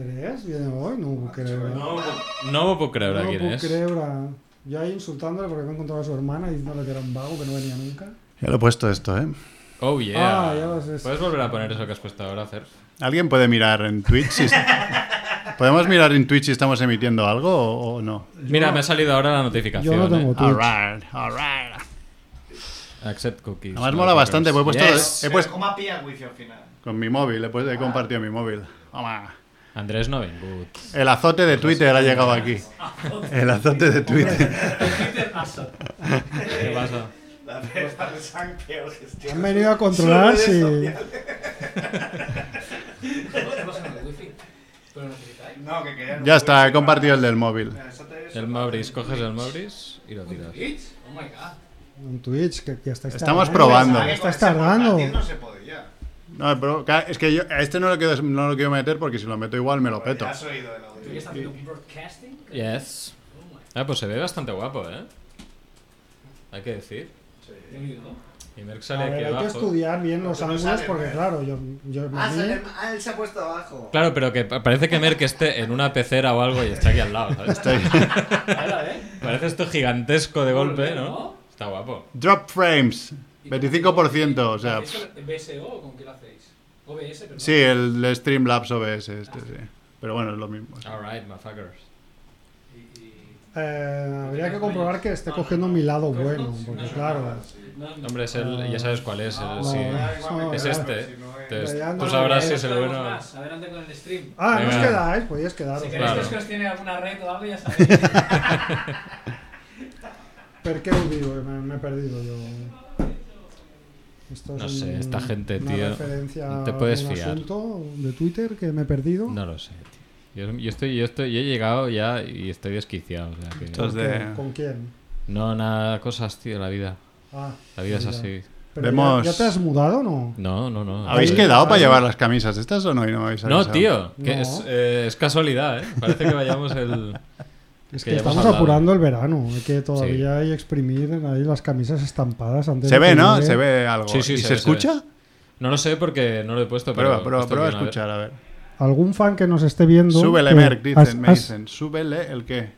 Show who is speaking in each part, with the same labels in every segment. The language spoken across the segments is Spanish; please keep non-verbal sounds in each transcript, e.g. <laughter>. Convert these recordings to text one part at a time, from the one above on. Speaker 1: Andrés viene hoy, no
Speaker 2: Ah,
Speaker 1: hubo creo.
Speaker 3: No, no hubo creo
Speaker 1: no
Speaker 3: quién
Speaker 1: puc
Speaker 3: es.
Speaker 1: creure. Yo ahí insultándole porque me encontraba a su hermana diciéndole que era un vago, que no venía nunca.
Speaker 4: Ya lo he puesto esto, ¿eh?
Speaker 3: Oh, yeah.
Speaker 1: Ah, ya lo sé.
Speaker 3: ¿Puedes volver a poner eso que has puesto ahora, Cer?
Speaker 4: ¿Alguien puede mirar en Twitch? <laughs> si- ¿Podemos mirar en Twitch si estamos emitiendo algo o, o no?
Speaker 3: Mira, me ha salido ahora la notificación.
Speaker 1: Yo no tengo
Speaker 3: eh.
Speaker 1: Twitch.
Speaker 4: Alright, alright.
Speaker 3: Accept cookies.
Speaker 4: Además mola bastante, pues he puesto...
Speaker 3: Yes.
Speaker 4: He puesto
Speaker 5: ¿Cómo ha pillado wifi al final?
Speaker 4: con mi móvil, he, puesto- he compartido mi móvil. Toma.
Speaker 3: Andrés no vengut.
Speaker 4: El azote de Twitter ha llegado aquí. El azote de Twitter.
Speaker 1: Eh.
Speaker 3: ¿Qué pasa?
Speaker 5: La verdad es han peor gestión.
Speaker 1: Pues, Han venido a controlar si...
Speaker 5: No, que querían.
Speaker 4: Ya está, he compartido el del móvil.
Speaker 3: El Mabris, coges el Mabris y lo tiras.
Speaker 1: En Twitch, que, que estáis
Speaker 4: Estamos
Speaker 1: tardando.
Speaker 4: probando.
Speaker 1: Ya Estáis tardando.
Speaker 5: No se podía.
Speaker 4: No, pero ca- es que yo a este no lo, quiero, no lo quiero meter porque si lo meto igual me lo
Speaker 5: Pues
Speaker 4: peto.
Speaker 5: ya has oído el audio.
Speaker 3: Yes. Ah, pues se ve bastante guapo, ¿eh? Hay que decir. Y Merck
Speaker 1: A
Speaker 3: sale aquí
Speaker 1: ver, hay que
Speaker 3: abajo.
Speaker 1: estudiar bien los
Speaker 5: Pero no
Speaker 1: ángulos
Speaker 5: sale,
Speaker 1: porque,
Speaker 5: ¿eh?
Speaker 1: claro, yo... yo a
Speaker 5: Ah,
Speaker 1: mí-
Speaker 5: se le- ah, él se ha puesto abajo.
Speaker 3: Claro, pero que pa- parece que Merck esté en una pecera o algo y está aquí al lado, ¿sabes?
Speaker 4: Estoy-
Speaker 3: Parece esto gigantesco de golpe, ¿no? Está guapo.
Speaker 4: <laughs> Drop frames, 25%, o sea... pff.
Speaker 2: ¿BSO o con qué lo hacéis? OBS, perdón.
Speaker 4: Sí, el Streamlabs OBS, este sí. Pero bueno, es lo mismo.
Speaker 3: Alright, motherfuckers.
Speaker 2: Y- y-
Speaker 1: Eh, habría que comprobar que esté cogiendo mi lado bueno, porque claro...
Speaker 2: no, no.
Speaker 3: Hombre, es el, ya sabes cuál es. el- sí.
Speaker 1: no, no,
Speaker 3: Es
Speaker 1: no,
Speaker 3: este.
Speaker 5: si no es-
Speaker 3: Entonces,
Speaker 1: Ah, Ya no
Speaker 3: tú
Speaker 1: lo
Speaker 3: sabrás si
Speaker 1: veo.
Speaker 3: es el bueno.
Speaker 2: Más, Adelante con el stream.
Speaker 1: Ah, no os
Speaker 3: Venga.
Speaker 1: quedáis, podíais quedaros.
Speaker 2: Si queréis
Speaker 3: Claro.
Speaker 2: que os- que os tiene alguna red o algo,
Speaker 4: <laughs>
Speaker 2: ya sabéis.
Speaker 1: ¿Por qué ho digo? Me, me he perdido yo. Esto
Speaker 3: No sé, esta gente,
Speaker 1: una
Speaker 3: tío,
Speaker 1: referencia
Speaker 3: no te
Speaker 1: a
Speaker 3: puedes
Speaker 1: un
Speaker 3: fiar.
Speaker 1: asunto de Twitter que me he perdido.
Speaker 3: No lo sé, tío. Yo, yo estoy, yo estoy, yo he llegado ya y estoy desquiciado. o sea que-
Speaker 4: Esto
Speaker 1: ¿Con,
Speaker 4: es Pues de-
Speaker 1: quién? ¿Con quién?
Speaker 3: No, nada, cosas, tío, la vida.
Speaker 1: Ah,
Speaker 3: La vida es
Speaker 1: mira.
Speaker 3: así.
Speaker 1: Pero
Speaker 4: Vemos-
Speaker 1: ¿Ya, ya te has mudado o no?
Speaker 3: No, no, no.
Speaker 4: ¿Habéis
Speaker 3: Sí.
Speaker 4: quedado para llevar las camisas estas o no? Y no, me habéis
Speaker 3: No,
Speaker 4: avisado?
Speaker 3: tío. que
Speaker 1: No.
Speaker 3: Es, eh, es casualidad, ¿eh? Parece que vayamos
Speaker 1: <laughs>
Speaker 3: el.
Speaker 1: Es
Speaker 3: que
Speaker 1: que,
Speaker 3: ya hemos
Speaker 1: estamos
Speaker 3: hablado.
Speaker 1: apurando el verano. Hay que todavía hay exprimir ahí las camisas estampadas antes
Speaker 4: Se
Speaker 1: de
Speaker 4: ve,
Speaker 1: que
Speaker 4: ¿no?
Speaker 1: llegue.
Speaker 4: Se ve algo.
Speaker 3: Sí, sí,
Speaker 4: ¿Y
Speaker 3: se
Speaker 4: se,
Speaker 3: ve, se ve.
Speaker 4: escucha?
Speaker 3: No lo sé porque no lo he puesto, pero.
Speaker 4: Prueba, prueba,
Speaker 3: esto
Speaker 4: prueba a
Speaker 3: viene
Speaker 4: escuchar, a ver.
Speaker 1: Algún fan que nos esté viendo.
Speaker 4: Súbele,
Speaker 1: que
Speaker 4: Merck,
Speaker 1: has-
Speaker 4: dicen, me
Speaker 1: has-
Speaker 4: dicen. Súbele el qué.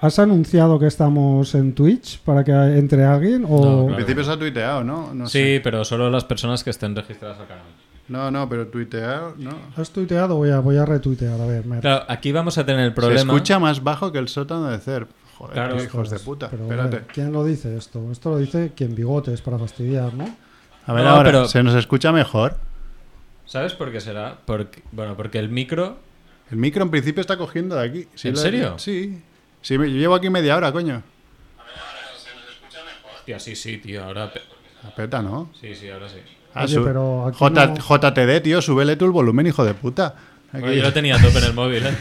Speaker 1: ¿Has anunciado que estamos en Twitch para que entre alguien?
Speaker 3: No,
Speaker 1: O...
Speaker 4: En
Speaker 3: claro.
Speaker 4: principio se ha tuiteado, ¿no? No
Speaker 3: Sí,
Speaker 4: sé.
Speaker 3: pero solo las personas que estén registradas al canal.
Speaker 4: No, no, pero tuitear, ¿no?
Speaker 1: ¿Has tuiteado? Voy a, voy a retuitear. A ver, Merck.
Speaker 3: Claro, aquí vamos a tener el problema.
Speaker 4: Se escucha más bajo que el sótano de CERP. Joder,
Speaker 3: Claro.
Speaker 4: tío, hijos de puta.
Speaker 1: Pues, Pero,
Speaker 4: Espérate.
Speaker 1: hombre, ¿Quién lo dice esto? Esto lo dice quien bigotes para fastidiar, ¿no?
Speaker 4: A ver
Speaker 3: No,
Speaker 4: ahora,
Speaker 3: pero-
Speaker 4: ¿se nos escucha mejor?
Speaker 3: ¿Sabes por qué será? Porque, bueno, porque el micro.
Speaker 4: El micro en principio está cogiendo de aquí. Sí,
Speaker 3: ¿En
Speaker 4: lo-
Speaker 3: serio?
Speaker 4: Sí. Sí, me- yo llevo aquí media hora, coño.
Speaker 3: Hostia, sí, sí, tío. Ahora. pe-
Speaker 4: Apeta, ¿no?
Speaker 3: Sí, sí, ahora sí.
Speaker 4: Ah,
Speaker 1: Oye,
Speaker 4: su-
Speaker 1: pero aquí
Speaker 4: J-
Speaker 1: no-
Speaker 4: JTD, tío, súbele tú el volumen, hijo de puta. Aquí-
Speaker 3: Bueno, yo lo tenía a tope en el móvil,
Speaker 1: <laughs>
Speaker 3: ¿eh?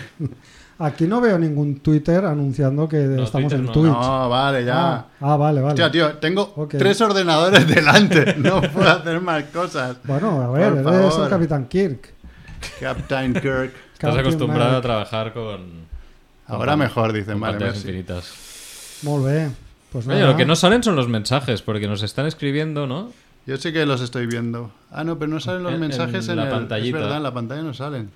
Speaker 1: Aquí no veo ningún Twitter anunciando que estamos
Speaker 3: Twitter
Speaker 1: en
Speaker 3: no.
Speaker 1: Twitch.
Speaker 4: No, vale, ya.
Speaker 1: Ah, ah, vale, vale.
Speaker 4: Hostia, tío, tengo
Speaker 1: Ok.
Speaker 4: tres ordenadores <laughs> delante. No puedo hacer más cosas.
Speaker 1: Bueno, a ver,
Speaker 4: Por
Speaker 1: eres el
Speaker 4: favor.
Speaker 1: Capitán Kirk.
Speaker 4: Captain Kirk.
Speaker 3: Estás
Speaker 1: Captain
Speaker 3: acostumbrado a
Speaker 1: Kirk.
Speaker 3: trabajar con.
Speaker 4: Ahora mejor, dicen.
Speaker 3: con
Speaker 4: Vale,
Speaker 3: pantallas
Speaker 4: merci.
Speaker 3: infinitas.
Speaker 1: Molt bé. Pues
Speaker 3: Oye,
Speaker 1: nada.
Speaker 3: lo que no salen son los mensajes, porque nos están escribiendo, ¿no?
Speaker 4: Yo sí que los estoy viendo. Ah, no, pero no salen los
Speaker 3: En- en
Speaker 4: mensajes en,
Speaker 3: la
Speaker 4: el-
Speaker 3: pantallita.
Speaker 4: Es verdad, en la pantalla no salen.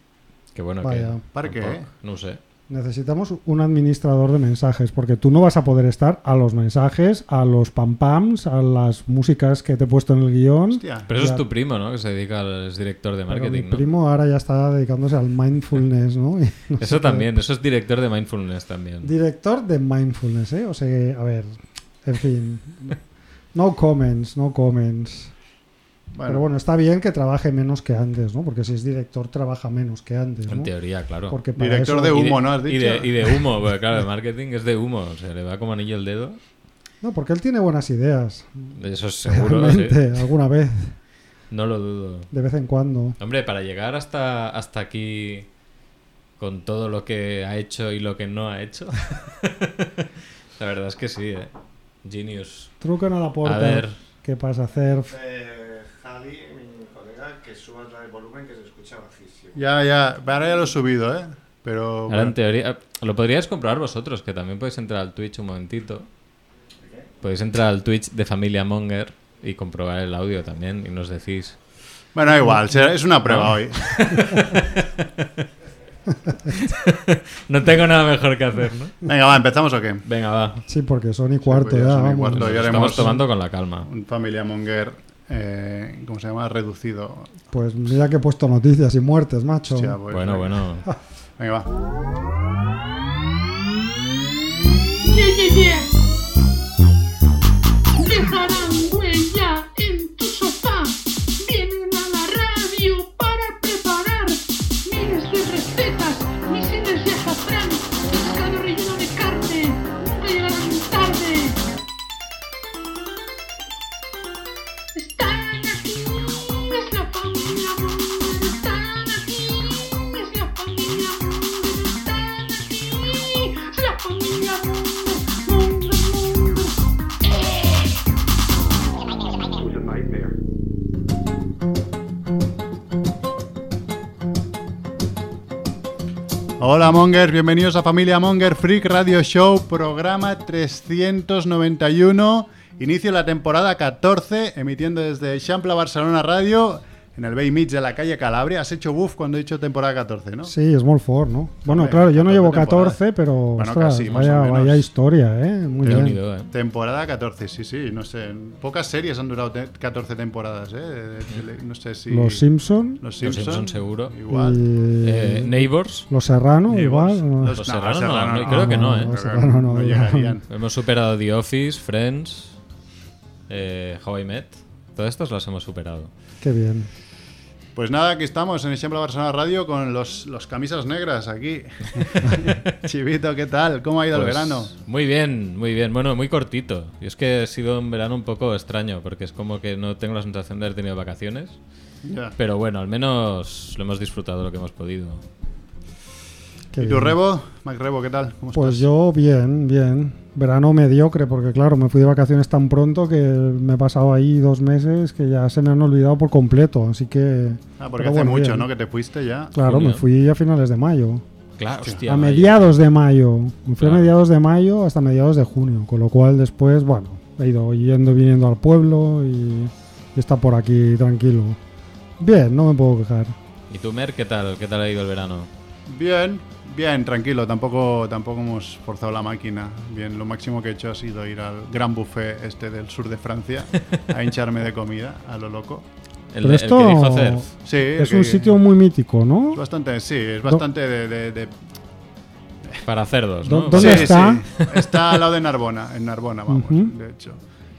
Speaker 3: Que bueno
Speaker 1: Vaya.
Speaker 3: que.
Speaker 4: ¿Para qué?
Speaker 3: tampoco- No sé.
Speaker 1: Necesitamos un administrador de mensajes, porque tú no vas a poder estar a los mensajes, a los pam pams, a las músicas que te he puesto en el guión.
Speaker 4: Hostia.
Speaker 3: Pero eso
Speaker 1: Ya.
Speaker 3: es tu primo, ¿no? Que se dedica al es director de
Speaker 1: Pero mi
Speaker 3: marketing, ¿no?
Speaker 1: primo ahora ya está dedicándose al mindfulness, ¿no? <laughs> Y no sé
Speaker 3: Eso
Speaker 1: qué-
Speaker 3: también, eso es director de mindfulness también.
Speaker 1: Director de Mindfulness, ¿eh? O sea, que, a ver, en fin. No comments, no comments.
Speaker 4: Bueno,
Speaker 1: Pero bueno, está bien que trabaje menos que antes, ¿no? Porque si es director, trabaja menos que antes,
Speaker 3: En
Speaker 1: ¿no?
Speaker 3: teoría, claro.
Speaker 1: Porque para
Speaker 4: director
Speaker 1: eso-
Speaker 4: de humo,
Speaker 3: y de,
Speaker 4: ¿no? Has
Speaker 3: y
Speaker 4: dicho.
Speaker 3: de, y de humo, porque claro, el marketing es de humo, se le va como anillo el dedo.
Speaker 1: No, porque él tiene buenas ideas, <laughs>
Speaker 3: Eso es seguro, sí.
Speaker 1: realmente, alguna vez,
Speaker 3: no lo dudo.
Speaker 1: de vez en cuando.
Speaker 3: Hombre, para llegar hasta, hasta aquí con todo lo que ha hecho y lo que no ha hecho, <laughs> la verdad es que sí, ¿eh? Genius.
Speaker 1: Truquen a la puerta.
Speaker 3: A ver,
Speaker 1: ¿Qué pasa, hacer?
Speaker 5: Eh, Javi, mi colega, que subas la de volumen que se escucha bajísimo.
Speaker 4: Ya, ya. Ahora ya lo he subido, ¿eh? Pero.
Speaker 3: ahora en
Speaker 4: bueno.
Speaker 3: teoría, ah, lo podríais comprobar vosotros, que también podéis entrar al Twitch un momentito. Podéis entrar al Twitch de Familia Monger y comprobar el audio también y nos decís.
Speaker 4: Bueno, igual, será- es una prueba hoy.
Speaker 3: No tengo nada mejor que hacer, ¿no?
Speaker 4: Venga, va, ¿empezamos o qué?
Speaker 3: Venga, va.
Speaker 1: Sí, porque son y cuarto
Speaker 4: pues ya
Speaker 1: ya,
Speaker 4: son y
Speaker 1: vamos.
Speaker 4: cuarto.
Speaker 3: Nos
Speaker 4: ya
Speaker 3: estamos
Speaker 4: haremos-
Speaker 3: tomando con la calma.
Speaker 4: Un familia monger, eh, ¿cómo se llama? Reducido.
Speaker 1: Pues mira que he puesto noticias y muertes, macho.
Speaker 4: Hostia, pues,
Speaker 3: Bueno,
Speaker 4: venga.
Speaker 3: bueno.
Speaker 4: <laughs> Venga, va.
Speaker 6: Yeah, yeah, yeah. Dejarán huella en tu sofá. Vienen a la radio para preparar miles de recetas, misiles de azafrán, pescado relleno de carne. Nunca llegarán tarde. Están aquí, es la familia Munger. Están aquí, es la familia Munger. Están aquí, es la familia Munger. Munger, Munger.
Speaker 4: Hola mongers, bienvenidos a Familia Monger Freak Radio Show, programa 391. Inicio de la temporada 14, emitiendo desde Champla Barcelona Radio, en el Bay Mitch de la calle Calabria. Has hecho buff cuando he dicho temporada 14, ¿no?
Speaker 1: Sí, es muy fort, ¿no? Bueno,
Speaker 4: Hombre,
Speaker 1: claro, yo no
Speaker 4: 14
Speaker 1: llevo
Speaker 4: temporadas.
Speaker 1: 14, pero
Speaker 4: Bueno,
Speaker 1: ostras,
Speaker 4: casi, más
Speaker 1: vaya,
Speaker 4: o menos.
Speaker 1: vaya historia, ¿eh? Muy
Speaker 3: Qué
Speaker 1: bien.
Speaker 3: unido, ¿eh?
Speaker 4: Temporada 14, sí, sí, no sé. Pocas series han durado te- 14 temporadas, ¿eh? De- de tele- no sé si.
Speaker 1: Los Mm, Simpson
Speaker 4: Los
Speaker 3: Simpson,
Speaker 4: Simpsons.
Speaker 3: seguro.
Speaker 4: Igual.
Speaker 1: y
Speaker 3: Eh, Neighbors.
Speaker 1: Los Serrano,
Speaker 4: Neighbours.
Speaker 1: igual. Ah,
Speaker 4: Los-
Speaker 3: Los
Speaker 4: no,
Speaker 3: Serrano,
Speaker 4: los
Speaker 3: no,
Speaker 4: Serrano
Speaker 3: no,
Speaker 4: no.
Speaker 3: creo que no, ¿eh?
Speaker 1: Los
Speaker 4: Pero
Speaker 1: Serrano no,
Speaker 4: no
Speaker 1: ya.
Speaker 4: llegarían.
Speaker 3: Hemos superado The Office, Friends, eh, How I Met. Todas estas las hemos superado.
Speaker 1: Qué bien.
Speaker 4: Pues nada, aquí estamos en Ejemplo Barcelona Radio con los, los camisas negras
Speaker 1: <laughs>
Speaker 4: aquí. Chivito, ¿qué tal? ¿Cómo ha ido el
Speaker 3: Pues,
Speaker 4: verano?
Speaker 3: Muy bien, muy bien. Bueno, muy cortito. Y es que ha sido un verano un poco extraño, porque es como que no tengo la sensación de haber tenido vacaciones.
Speaker 4: Ya.
Speaker 3: Pero bueno, al menos lo hemos disfrutado lo que hemos podido.
Speaker 1: qué
Speaker 4: ¿Y tu
Speaker 1: bien.
Speaker 4: Rebo? Mac Rebo, ¿qué tal? ¿Cómo
Speaker 1: Eh, Pues
Speaker 4: estás?
Speaker 1: yo bien, bien. Verano mediocre, porque claro, me fui de vacaciones tan pronto que me he pasado ahí dos meses que ya se me han olvidado por completo, así que...
Speaker 4: Ah, porque
Speaker 1: pero
Speaker 4: hace
Speaker 1: bueno,
Speaker 4: mucho,
Speaker 1: bien.
Speaker 4: ¿no? Que te fuiste ya.
Speaker 1: Claro, me
Speaker 3: Junio.
Speaker 1: fui a finales de mayo.
Speaker 3: Claro, hostia.
Speaker 1: a
Speaker 3: vaya.
Speaker 1: mediados de mayo. Me fui
Speaker 3: Claro.
Speaker 1: a mediados de mayo hasta mediados de junio, con lo cual después, bueno, he ido yendo, viniendo al pueblo y, y está por aquí tranquilo. Bien, no me puedo quejar.
Speaker 3: ¿Y tú, Mer, qué tal? ¿Qué tal ha ido el verano?
Speaker 4: Bien, bien, tranquilo. Tampoco, tampoco hemos forzado la máquina. Bien, lo máximo que he hecho ha sido ir al gran buffet este del sur de Francia a hincharme de comida, a lo loco.
Speaker 3: El,
Speaker 1: Pero
Speaker 3: el
Speaker 1: esto-
Speaker 3: que dijo hacer.
Speaker 1: <laughs>
Speaker 4: Sí,
Speaker 1: Es
Speaker 4: que-
Speaker 1: un sitio muy mítico, ¿no?
Speaker 4: es bastante, sí, es bastante de- de- de
Speaker 3: Para cerdos,
Speaker 1: ¿Dó-
Speaker 3: ¿no?
Speaker 1: dónde
Speaker 3: Sí.
Speaker 1: es? está?
Speaker 4: sí. Está al lado de Narbona, en Narbona, vamos,
Speaker 1: Ujú.
Speaker 4: de hecho.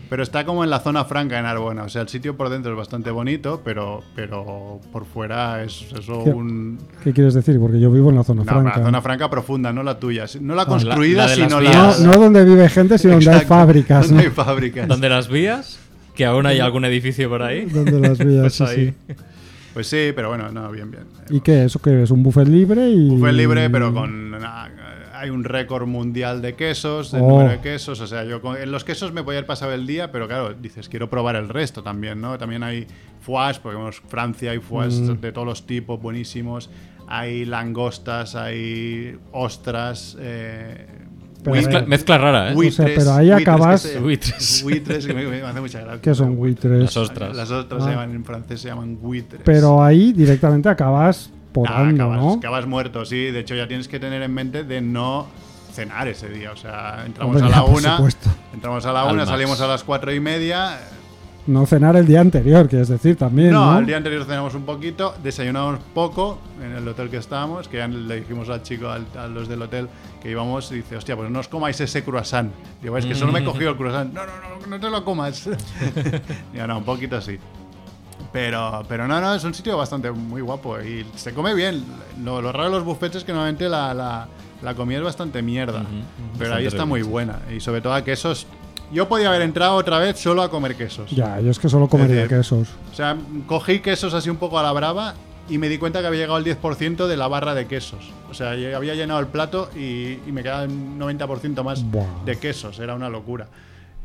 Speaker 4: Pero está como en la zona franca de Narbona, o sea, el sitio por dentro es bastante bonito, pero, pero por fuera es eso
Speaker 1: ¿Qué?
Speaker 4: un...
Speaker 1: ¿Qué quieres decir? Porque yo vivo en la zona
Speaker 4: una
Speaker 1: franca.
Speaker 4: zona franca profunda, no la tuya, si- no la
Speaker 3: Ah, la-
Speaker 4: construida,
Speaker 3: la de las
Speaker 4: sino la...
Speaker 3: vías.
Speaker 1: no, no donde vive gente, sino donde hay
Speaker 4: Exacto,
Speaker 1: fábricas,
Speaker 4: donde
Speaker 1: ¿no?
Speaker 4: hay fábricas.
Speaker 3: ¿Dónde las vías? Que aún hay algún edificio por ahí.
Speaker 1: <laughs> Donde las vías,
Speaker 3: Pues
Speaker 1: sí,
Speaker 3: ahí.
Speaker 1: sí.
Speaker 4: Pues sí, pero bueno, no, bien, bien.
Speaker 1: ¿Y qué? ¿Eso qué es? ¿Un buffet libre? Y...
Speaker 4: Buffet libre, pero con... ah, Hay un récord mundial de quesos, de
Speaker 1: Oh.
Speaker 4: número de quesos. O sea, yo con- en los quesos me podía haber pasado el día, pero claro, dices, quiero probar el resto también, ¿no? También hay foies, porque vemos Francia, hay foies
Speaker 1: Mm.
Speaker 4: de todos los tipos, buenísimos. Hay langostas, hay ostras, eh,
Speaker 1: Pero
Speaker 4: buit-
Speaker 3: Mezcla,
Speaker 1: eh,
Speaker 3: mezcla rara, ¿eh?
Speaker 1: Uy,
Speaker 4: buitres.
Speaker 1: pero ahí
Speaker 4: buitres que
Speaker 1: acabas-
Speaker 4: se-
Speaker 3: Buitres.
Speaker 4: Buitres, que me, me hace mucha gracia.
Speaker 1: ¿Qué son
Speaker 3: Las
Speaker 1: buitres?
Speaker 3: ostras.
Speaker 4: Las ostras se
Speaker 1: Ah.
Speaker 4: llaman, en francés se llaman buitres.
Speaker 1: Pero ahí directamente acabas
Speaker 4: Ah,
Speaker 1: podando,
Speaker 4: acabas,
Speaker 1: ¿no?
Speaker 4: acabas muerto, sí. De hecho, ya tienes que tener en mente de no cenar ese día. O sea, entramos
Speaker 1: Hombre,
Speaker 4: a la
Speaker 1: ya, por
Speaker 4: una,
Speaker 1: supuesto.
Speaker 4: entramos a la
Speaker 3: Al
Speaker 4: una,
Speaker 3: max.
Speaker 4: salimos a las cuatro y media.
Speaker 1: No cenar el día anterior, quieres decir, también, ¿no?
Speaker 4: No, el día anterior cenamos un poquito, desayunamos poco en el hotel que estábamos, que ya le dijimos al chico, al- a los del hotel que íbamos, y dice, hostia, pues no os comáis ese croissant. Digo, es que solo me he cogido el croissant. No, no, no, no te lo comas. <laughs> Digo, no, un poquito así. Pero, pero no, no, es un sitio bastante muy guapo y se come bien. Lo, lo raro de los buffets es que normalmente la, la- la comida es bastante mierda, pero ahí
Speaker 3: bastante
Speaker 4: está muy buena y sobre todo a quesos. Yo podía haber entrado otra vez solo a comer quesos.
Speaker 1: Ya, yo es que solo comería
Speaker 4: Eh,
Speaker 1: quesos.
Speaker 4: O sea, cogí quesos así un poco a la brava y me di cuenta que había llegado al 10% de la barra de quesos. O sea, yo había llenado el plato y, y me quedaba un 90% más
Speaker 1: Buah.
Speaker 4: de quesos. Era una locura.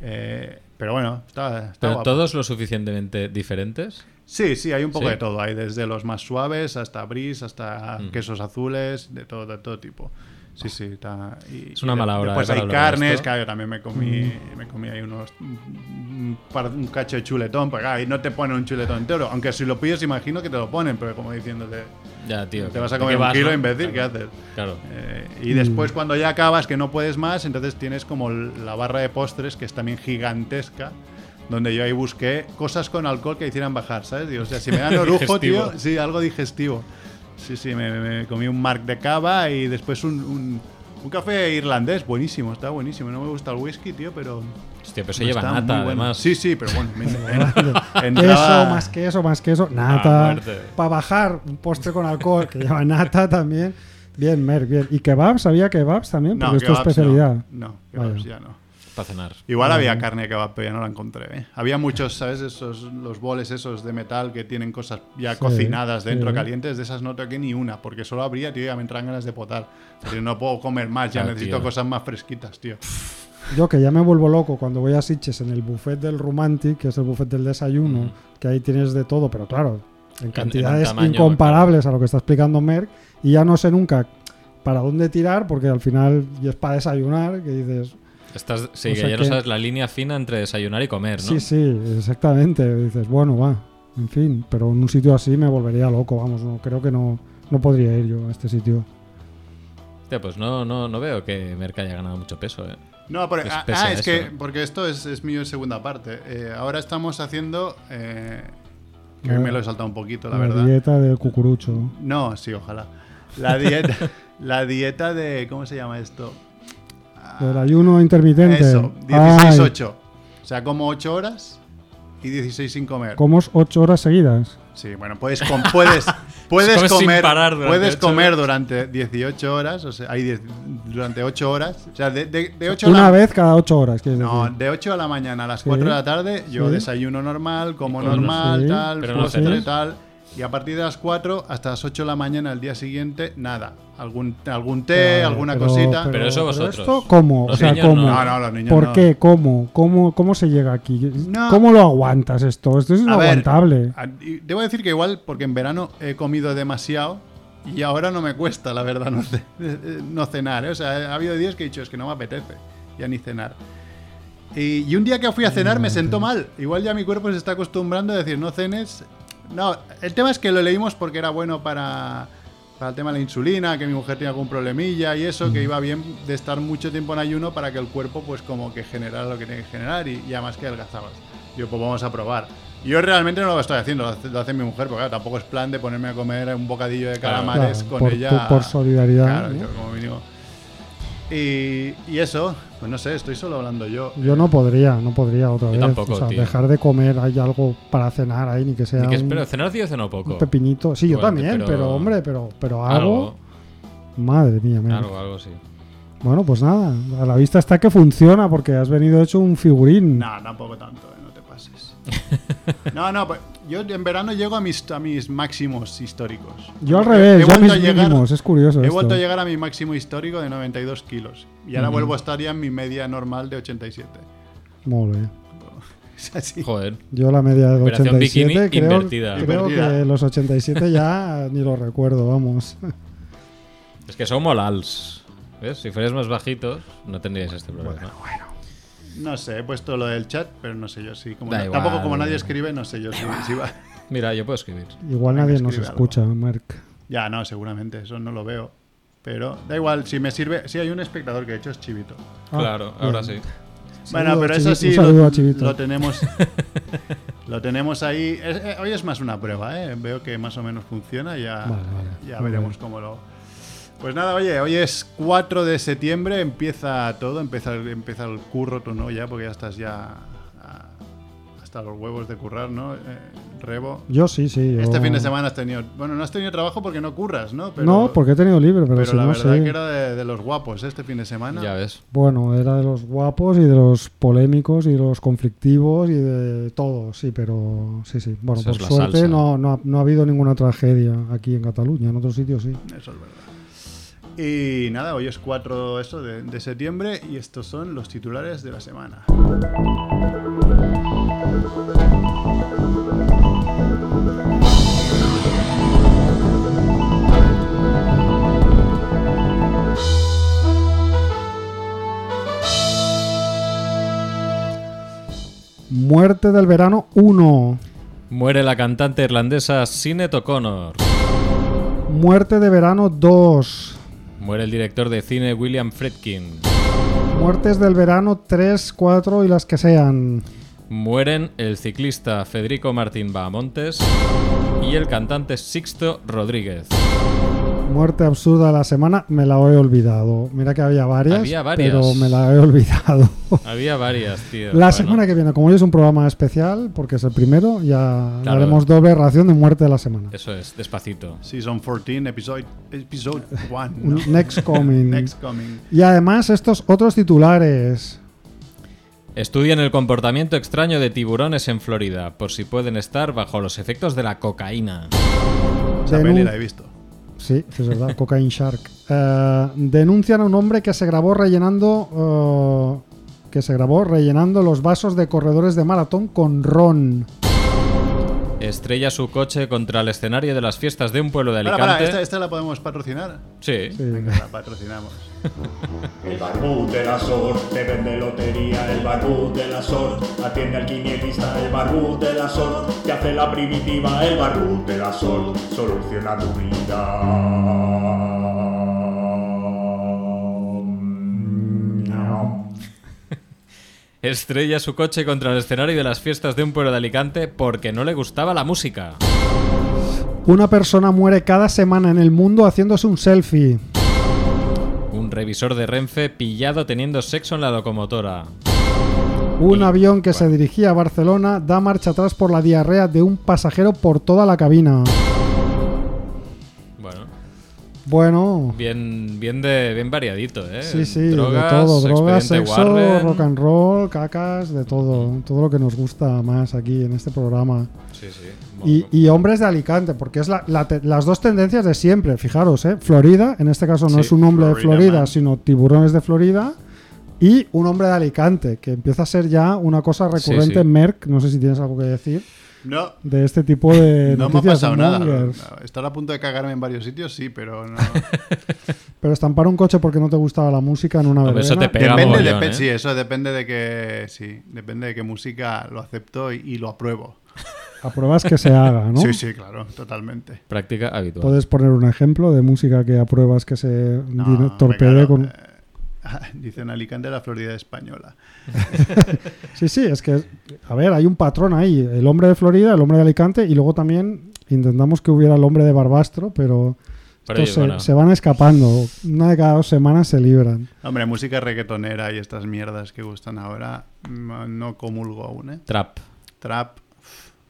Speaker 4: Eh, pero bueno, está, está
Speaker 3: Pero
Speaker 4: guapo.
Speaker 3: todos lo suficientemente diferentes.
Speaker 4: Sí, sí, hay un poco
Speaker 3: ¿Sí? Mm.
Speaker 4: de todo. Hay desde los más suaves hasta bris, hasta quesos azules, de todo, de todo tipo. Sí, sí. está- y-
Speaker 3: Es una
Speaker 4: y de-
Speaker 3: mala hora,
Speaker 4: Después
Speaker 3: ¿eh?
Speaker 4: hay
Speaker 3: para hablar de
Speaker 4: carnes,
Speaker 3: esto. Mm.
Speaker 4: claro, yo también me comí, me comí ahí unos. Un, par- un cacho de chuletón, pero claro, ahí no te ponen un chuletón entero. Aunque si lo pides, imagino que te lo ponen, pero como diciéndole.
Speaker 3: Ya, tío.
Speaker 4: Te vas a
Speaker 3: ¿de
Speaker 4: comer
Speaker 3: qué
Speaker 4: un
Speaker 3: vas,
Speaker 4: kilo,
Speaker 3: no?
Speaker 4: imbécil, ¿qué
Speaker 3: Claro.
Speaker 4: haces?
Speaker 3: Claro.
Speaker 4: Eh, y después cuando ya acabas, que no puedes más, entonces tienes como l- la barra de postres, que es también gigantesca, donde yo ahí busqué cosas con alcohol que hicieran bajar, ¿sabes? Digo, o sea, si
Speaker 3: <laughs>
Speaker 4: me dan orujo,
Speaker 3: Digestivo.
Speaker 4: tío, sí, algo digestivo. Sí, sí, me, me- me comí un marc de cava y después un, un- un café irlandés, buenísimo, está buenísimo. No me gusta el whisky, tío, pero...
Speaker 3: Hostia, pero se
Speaker 4: pero
Speaker 3: lleva
Speaker 4: está
Speaker 3: nata,
Speaker 4: muy bueno.
Speaker 3: además.
Speaker 4: Sí, sí, pero bueno, me-
Speaker 1: <laughs>
Speaker 4: entraba-
Speaker 1: Queso, más queso, más queso,
Speaker 3: Ah,
Speaker 1: nata.
Speaker 3: muerte.
Speaker 1: Para bajar, un postre con alcohol que lleva nata también. Bien, Merck, bien. ¿Y kebabs? ¿Había kebabs también? Porque
Speaker 4: No,
Speaker 1: es tu
Speaker 4: kebabs no,
Speaker 1: especialidad.
Speaker 4: No, kebabs
Speaker 1: Vaya.
Speaker 4: ya no.
Speaker 3: Para cenar.
Speaker 4: Igual había carne de kebab, pero ya no la encontré. ¿eh? Había muchos, ¿sabes? Esos, los boles esos de metal que tienen cosas ya
Speaker 1: Sí,
Speaker 4: cocinadas dentro,
Speaker 1: sí.
Speaker 4: calientes. De esas no toqué ni una, porque solo habría, tío, ya me entran ganas de potar. Pero no puedo comer más, ya
Speaker 3: Claro,
Speaker 4: necesito
Speaker 3: tío.
Speaker 4: cosas más fresquitas, tío.
Speaker 1: Yo que ya me vuelvo loco cuando voy a Sitges en el buffet del Rumantic, que es el buffet del desayuno, que ahí tienes de todo, pero claro, en cantidades
Speaker 3: tamaño,
Speaker 1: incomparables a lo que está explicando Merck, y ya no sé nunca para dónde tirar, porque al final y es para desayunar, que dices,
Speaker 3: Estás, sí,
Speaker 1: O
Speaker 3: que
Speaker 1: sea
Speaker 3: ya no
Speaker 1: que-
Speaker 3: sabes la línea fina entre desayunar y comer, ¿no?
Speaker 1: sí, sí, exactamente, dices, bueno, va, en fin, pero en un sitio así me volvería loco, vamos, no creo que no, no podría ir yo a este sitio.
Speaker 3: Hostia, pues no, no, no veo que Merck haya ganado mucho peso, ¿eh?
Speaker 4: No, pero,
Speaker 3: Pues
Speaker 4: ah,
Speaker 3: pese
Speaker 4: ah,
Speaker 3: a
Speaker 4: es
Speaker 3: eso,
Speaker 4: que,
Speaker 3: ¿no?
Speaker 4: porque esto es, es mi segunda parte. Eh, ahora estamos haciendo. eh, que
Speaker 1: Vale.
Speaker 4: me lo he saltado un poquito, la
Speaker 1: La,
Speaker 4: verdad.
Speaker 1: dieta del cucurucho.
Speaker 4: No, sí, ojalá. La dieta, <laughs> la dieta de. ¿Cómo se llama esto?
Speaker 1: El ayuno intermitente.
Speaker 4: Ah, Eso,
Speaker 1: Ay,
Speaker 4: 16-8. O sea, como 8 horas y 16 sin comer.
Speaker 1: Comes 8 horas seguidas.
Speaker 4: Sí, bueno, puedes, com-
Speaker 1: <laughs>
Speaker 4: puedes, puedes
Speaker 3: Comes sin
Speaker 4: comer,
Speaker 3: parar durante
Speaker 4: puedes
Speaker 3: ocho
Speaker 4: comer
Speaker 3: horas.
Speaker 4: durante 18 horas, o sea, hay diez- durante 8 horas. O sea, de, de, de 8 a
Speaker 1: Una
Speaker 4: la,
Speaker 1: vez cada 8 horas, quieres
Speaker 4: No, eh,
Speaker 1: decir.
Speaker 4: de 8 de la mañana a las
Speaker 1: Sí.
Speaker 4: 4 de la tarde yo
Speaker 1: Sí.
Speaker 4: desayuno normal, como
Speaker 3: comes.
Speaker 4: normal,
Speaker 1: Sí.
Speaker 4: tal,
Speaker 3: Pero no
Speaker 4: postre,
Speaker 3: cenas.
Speaker 4: tal. Y a partir de las 4 hasta las 8 de la mañana al día siguiente, nada. Algún, algún té,
Speaker 1: Claro,
Speaker 4: alguna
Speaker 1: pero-
Speaker 4: cosita.
Speaker 3: Pero eso vosotros.
Speaker 1: esto, ¿cómo?
Speaker 3: Los
Speaker 1: o sea,
Speaker 3: niños
Speaker 1: ¿cómo?
Speaker 4: no, no, los niños
Speaker 1: ¿Por
Speaker 4: no.
Speaker 1: qué? ¿Cómo? ¿Cómo? ¿Cómo se llega aquí?
Speaker 4: No.
Speaker 1: ¿Cómo lo aguantas esto? Esto es
Speaker 4: A ver,
Speaker 1: inaguantable.
Speaker 4: a- y debo decir que igual, porque en verano he comido demasiado y ahora no me cuesta, la verdad, no, ce- <laughs> eh, no cenar. ¿eh? O sea, ha habido días que he dicho, es que no me apetece ya ni cenar. Y, y un día que fui a cenar
Speaker 1: Mm,
Speaker 4: me sentó mal. Igual ya mi cuerpo se está acostumbrando a decir, no cenes. No, el tema es que lo leímos porque era bueno para, para el tema de la insulina, que mi mujer tenía algún problemilla y eso,
Speaker 1: Mm.
Speaker 4: que iba bien de estar mucho tiempo en ayuno para que el cuerpo pues como que generara lo que tiene que generar y, y además que adelgazabas. Yo pues vamos a probar. Yo realmente no lo estoy haciendo, lo hace, lo hace mi mujer, porque claro, tampoco es plan de ponerme a comer un bocadillo de
Speaker 3: Claro.
Speaker 4: calamares
Speaker 1: Claro,
Speaker 4: con
Speaker 1: por-
Speaker 4: ella.
Speaker 1: por- por solidaridad,
Speaker 4: Claro,
Speaker 1: ¿no?
Speaker 4: yo como mínimo. Y, y eso, pues no sé, estoy solo hablando yo.
Speaker 1: Yo no podría, no podría otra
Speaker 3: Yo
Speaker 1: vez.
Speaker 3: tampoco,
Speaker 1: o sea,
Speaker 3: tío.
Speaker 1: dejar de comer, hay algo para cenar ahí, ni que sea
Speaker 3: Ni que
Speaker 1: un,
Speaker 3: espero, cenar sí o ceno
Speaker 1: un
Speaker 3: poco.
Speaker 1: pepinito. Sí, yo
Speaker 3: Igual,
Speaker 1: también,
Speaker 3: pero-
Speaker 1: pero, hombre, pero, pero algo.
Speaker 3: Algo,
Speaker 1: Madre mía,
Speaker 4: Eh.
Speaker 1: mira.
Speaker 3: algo, algo, sí.
Speaker 1: Bueno, pues nada, a la vista está que funciona porque has venido hecho un figurín.
Speaker 4: No, tampoco tanto, eh, no te pases. No, no, pues yo en verano llego a mis, a mis máximos históricos.
Speaker 1: Yo al
Speaker 4: He-
Speaker 1: revés,
Speaker 4: he
Speaker 1: yo a
Speaker 4: vuelto
Speaker 1: mis
Speaker 4: llegar-
Speaker 1: mínimos, es curioso.
Speaker 4: He
Speaker 1: esto.
Speaker 4: vuelto a llegar a mi máximo histórico de 92 kilos. Y ahora vuelvo a estar ya en mi media normal de 87.
Speaker 1: Muy bien.
Speaker 4: <laughs> Es así.
Speaker 3: Joder.
Speaker 1: Yo la media de
Speaker 3: Operación
Speaker 1: 87
Speaker 3: bikini
Speaker 1: creo,
Speaker 3: invertida.
Speaker 1: creo
Speaker 4: Invertida.
Speaker 1: que los 87 ya ni lo recuerdo,
Speaker 4: <laughs>
Speaker 1: vamos.
Speaker 3: Es que son molals. ¿Ves? Si fuerais más bajitos, no tendríais este problema.
Speaker 4: No sé, he puesto lo del chat, pero no sé yo si. Como
Speaker 3: Da
Speaker 4: no-
Speaker 3: igual.
Speaker 4: tampoco como nadie escribe, no sé yo si, si va.
Speaker 3: Mira, yo puedo escribir.
Speaker 1: Igual
Speaker 4: Venga,
Speaker 1: nadie nos
Speaker 4: escribe
Speaker 1: escucha, Mark.
Speaker 4: Ya, no, seguramente, eso no lo veo. Pero da igual, si me sirve. Si hay un espectador que de hecho es Chivito.
Speaker 1: Ah,
Speaker 3: claro, ahora
Speaker 1: bien.
Speaker 3: sí.
Speaker 4: Bueno,
Speaker 1: Saludo
Speaker 4: pero
Speaker 1: a Chivito,
Speaker 4: eso sí,
Speaker 1: un saludo
Speaker 4: lo,
Speaker 1: a Chivito.
Speaker 4: lo tenemos. <laughs> Lo tenemos ahí. Es- eh, hoy es más una prueba, ¿eh? Veo que más o menos funciona. Ya,
Speaker 1: Vale, vale.
Speaker 4: ya
Speaker 1: Muy
Speaker 4: veremos
Speaker 1: bien.
Speaker 4: cómo lo. Pues nada, oye, hoy es 4 de septiembre, empieza todo, empieza, el- empieza el curro, tú no, ya, porque ya estás ya a- hasta los huevos de currar, ¿no? Eh, Rebo.
Speaker 1: Yo sí, sí. yo-
Speaker 4: Este fin de semana has tenido. Bueno, no has tenido trabajo porque no curras, ¿no? Pero-
Speaker 1: no, porque he tenido libre, pero,
Speaker 4: Pero,
Speaker 1: si
Speaker 4: la
Speaker 1: no
Speaker 4: verdad
Speaker 1: sí.
Speaker 4: que era de, de los guapos este fin de semana.
Speaker 3: Ya ves.
Speaker 1: Bueno, era de los guapos y de los polémicos y de los conflictivos y de todo, sí, pero sí, sí. Bueno,
Speaker 3: Esa
Speaker 1: por
Speaker 3: es la
Speaker 1: suerte
Speaker 3: salsa.
Speaker 1: no, no ha, no ha habido ninguna tragedia aquí en Cataluña, en otros sitios sí.
Speaker 4: Eso es verdad. Y nada, hoy es 4 eso de, de septiembre y estos son los titulares de la semana.
Speaker 1: Muerte del verano 1.
Speaker 3: Muere la cantante irlandesa Sinead O'Connor.
Speaker 1: Muerte de verano 2.
Speaker 3: Muere el director de cine William Friedkin.
Speaker 1: Muertes del verano 3, 4 y las que sean.
Speaker 3: Mueren el ciclista Federico Martín Bahamontes y el cantante Sixto Rodríguez.
Speaker 1: Muerte absurda de la semana, me la he olvidado. Mira que había varias,
Speaker 3: Había varias.
Speaker 1: pero me la he olvidado. <laughs>
Speaker 3: Había varias, tío.
Speaker 1: La semana que viene, como hoy es un programa especial, porque es el primero, ya
Speaker 3: Claro.
Speaker 1: haremos doble ración de muerte de la semana.
Speaker 3: Eso es, despacito.
Speaker 4: Season 14, episode, episode 1.
Speaker 1: Un <laughs> Next coming.
Speaker 4: <laughs> Next coming.
Speaker 1: Y además estos otros titulares.
Speaker 3: Estudian el comportamiento extraño de tiburones en Florida, por si pueden estar bajo los efectos de la cocaína.
Speaker 4: Esa
Speaker 1: Denun-
Speaker 4: peli la he visto.
Speaker 1: Sí, es verdad, Cocaine Shark. Eh, denuncian a un hombre que se grabó rellenando eh, que se grabó rellenando los vasos de corredores de maratón con ron.
Speaker 3: Estrella su coche contra el escenario de las fiestas de un pueblo de
Speaker 4: Para,
Speaker 3: Alicante.
Speaker 4: para, esta, esta la podemos patrocinar.
Speaker 3: Sí.
Speaker 1: Sí.
Speaker 4: Venga, la patrocinamos.
Speaker 7: El barbú de la SOR te vende lotería, el barbú de la SOR atiende al quinielista, el barbú de la SOR te hace la primitiva, el barbú de la SOR soluciona tu vida. Mm, No.
Speaker 3: Estrella su coche contra el escenario de las fiestas de un pueblo de Alicante porque no le gustaba la música.
Speaker 1: Una persona muere cada semana en el mundo haciéndose un selfie.
Speaker 3: Un revisor de Renfe pillado teniendo sexo en la locomotora.
Speaker 1: Un avión que se dirigía a Barcelona da marcha atrás por la diarrea de un pasajero por toda la cabina.
Speaker 3: Bueno,
Speaker 1: Bueno,
Speaker 3: bien, bien de, bien variadito, ¿eh?
Speaker 1: sí, sí,
Speaker 3: drogas,
Speaker 1: de todo, drogas,
Speaker 3: Expediente
Speaker 1: sexo,
Speaker 3: Warren.
Speaker 1: rock and roll, cacas, de todo, todo lo que nos gusta más aquí en este programa.
Speaker 3: Sí, sí.
Speaker 1: Y, y hombres de Alicante, porque es la- la te- las dos tendencias de siempre, fijaros, ¿eh? Florida, en este caso no
Speaker 3: Sí,
Speaker 1: es un hombre de
Speaker 4: Florida
Speaker 1: Florida,
Speaker 4: Man.
Speaker 1: sino tiburones de Florida, y un hombre de Alicante, que empieza a ser ya una cosa
Speaker 3: Sí,
Speaker 1: recurrente
Speaker 3: sí.
Speaker 1: en Merck, no sé si tienes algo que decir,
Speaker 4: No,
Speaker 1: de este tipo de
Speaker 4: <laughs> no me ha
Speaker 1: noticias
Speaker 4: pasado nada.
Speaker 1: mongers.
Speaker 4: No, Estar a punto de cagarme en varios sitios, sí,
Speaker 3: <laughs>
Speaker 4: pero no.
Speaker 1: Pero estampar un coche porque no te gustaba la música en una
Speaker 3: Hombre,
Speaker 1: verbena...
Speaker 3: eso te pega
Speaker 4: depende,
Speaker 3: mogollón,
Speaker 4: depe-
Speaker 3: ¿eh?
Speaker 4: sí, eso depende de que, sí, depende de qué música lo acepto y, y lo apruebo.
Speaker 1: Apruebas que se haga, ¿no?
Speaker 4: Sí, sí, claro, totalmente.
Speaker 3: Práctica habitual.
Speaker 1: ¿Puedes poner un ejemplo de música que apruebas que se dino-
Speaker 4: No, hombre,
Speaker 1: torpede
Speaker 4: claro, <laughs>
Speaker 1: con...
Speaker 4: eh, Dicen Alicante la Florida española.
Speaker 1: Sí, sí, es que, a ver, hay un patrón ahí. El hombre de Florida, el hombre de Alicante y luego también intentamos que hubiera el hombre de Barbastro, pero,
Speaker 3: Pero
Speaker 1: estos se,
Speaker 3: bueno.
Speaker 1: se van escapando. Una de cada dos semanas se libran.
Speaker 4: Hombre, música reggaetonera y estas mierdas que gustan ahora, no no comulgo aún, ¿eh?
Speaker 3: Trap.
Speaker 4: Trap,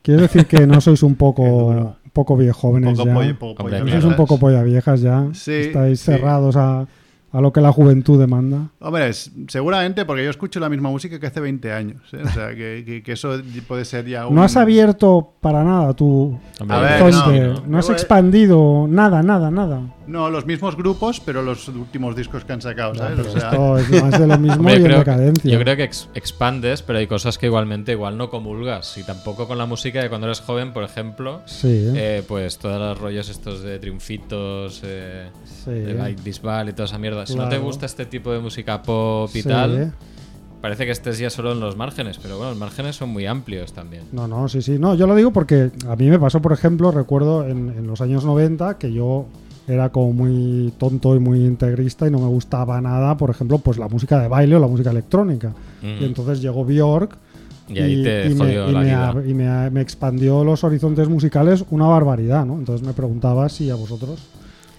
Speaker 1: Quiere decir que no sois un
Speaker 4: <laughs>
Speaker 1: poco,
Speaker 4: Qué duro.
Speaker 1: poco viejovenes
Speaker 4: poco
Speaker 1: ya.
Speaker 4: pollo, poco
Speaker 3: Hombre,
Speaker 4: pollo
Speaker 1: No sois un
Speaker 4: mierdas.
Speaker 1: poco polla viejas ya.
Speaker 4: Sí,
Speaker 1: Estáis
Speaker 4: sí.
Speaker 1: cerrados a, a lo que la juventud demanda.
Speaker 4: Hombre, es- seguramente porque yo escucho la misma música que hace 20 años. ¿eh? O sea, que, que- que eso puede ser ya un...
Speaker 1: No has abierto para nada tu
Speaker 3: Hombre,
Speaker 4: A ver,
Speaker 1: horizonte. No,
Speaker 4: no, no.
Speaker 1: has
Speaker 4: Luego, eh,
Speaker 1: expandido nada, nada, nada.
Speaker 4: No, los mismos grupos, pero los últimos discos que han sacado, ¿sabes?
Speaker 1: Pero
Speaker 4: o sea,
Speaker 1: Pues esto es más
Speaker 3: <laughs>
Speaker 1: de lo mismo
Speaker 3: Hombre,
Speaker 1: y en
Speaker 3: creo que-
Speaker 1: decadencia.
Speaker 3: yo creo que ex- expandes, pero hay cosas que igualmente igual no comulgas. Y tampoco con la música de cuando eres joven, por ejemplo,
Speaker 1: Sí,
Speaker 3: eh, pues todos los rollos estos de triunfitos, eh,
Speaker 1: sí.
Speaker 3: de Like This Ball y toda esa mierda. Si no te
Speaker 1: Claro.
Speaker 3: gusta este tipo de música pop y
Speaker 1: Sí. ¿eh?
Speaker 3: tal, parece que estés ya solo en los márgenes, pero bueno, los márgenes son muy amplios también.
Speaker 1: No, no, sí, sí. No, yo lo digo porque a mí me pasó, por ejemplo, recuerdo en, en los años 90 que yo era como muy tonto y muy integrista y no me gustaba nada, por ejemplo, pues la música de baile o la música electrónica.
Speaker 3: Mm.
Speaker 1: Y entonces llegó Bjork
Speaker 3: Y ahí te
Speaker 1: me,
Speaker 3: jodió
Speaker 1: y
Speaker 3: la
Speaker 1: me
Speaker 3: vida.
Speaker 1: ab- y me- me expandió los horizontes musicales una barbaridad, ¿no? Entonces me preguntaba si a vosotros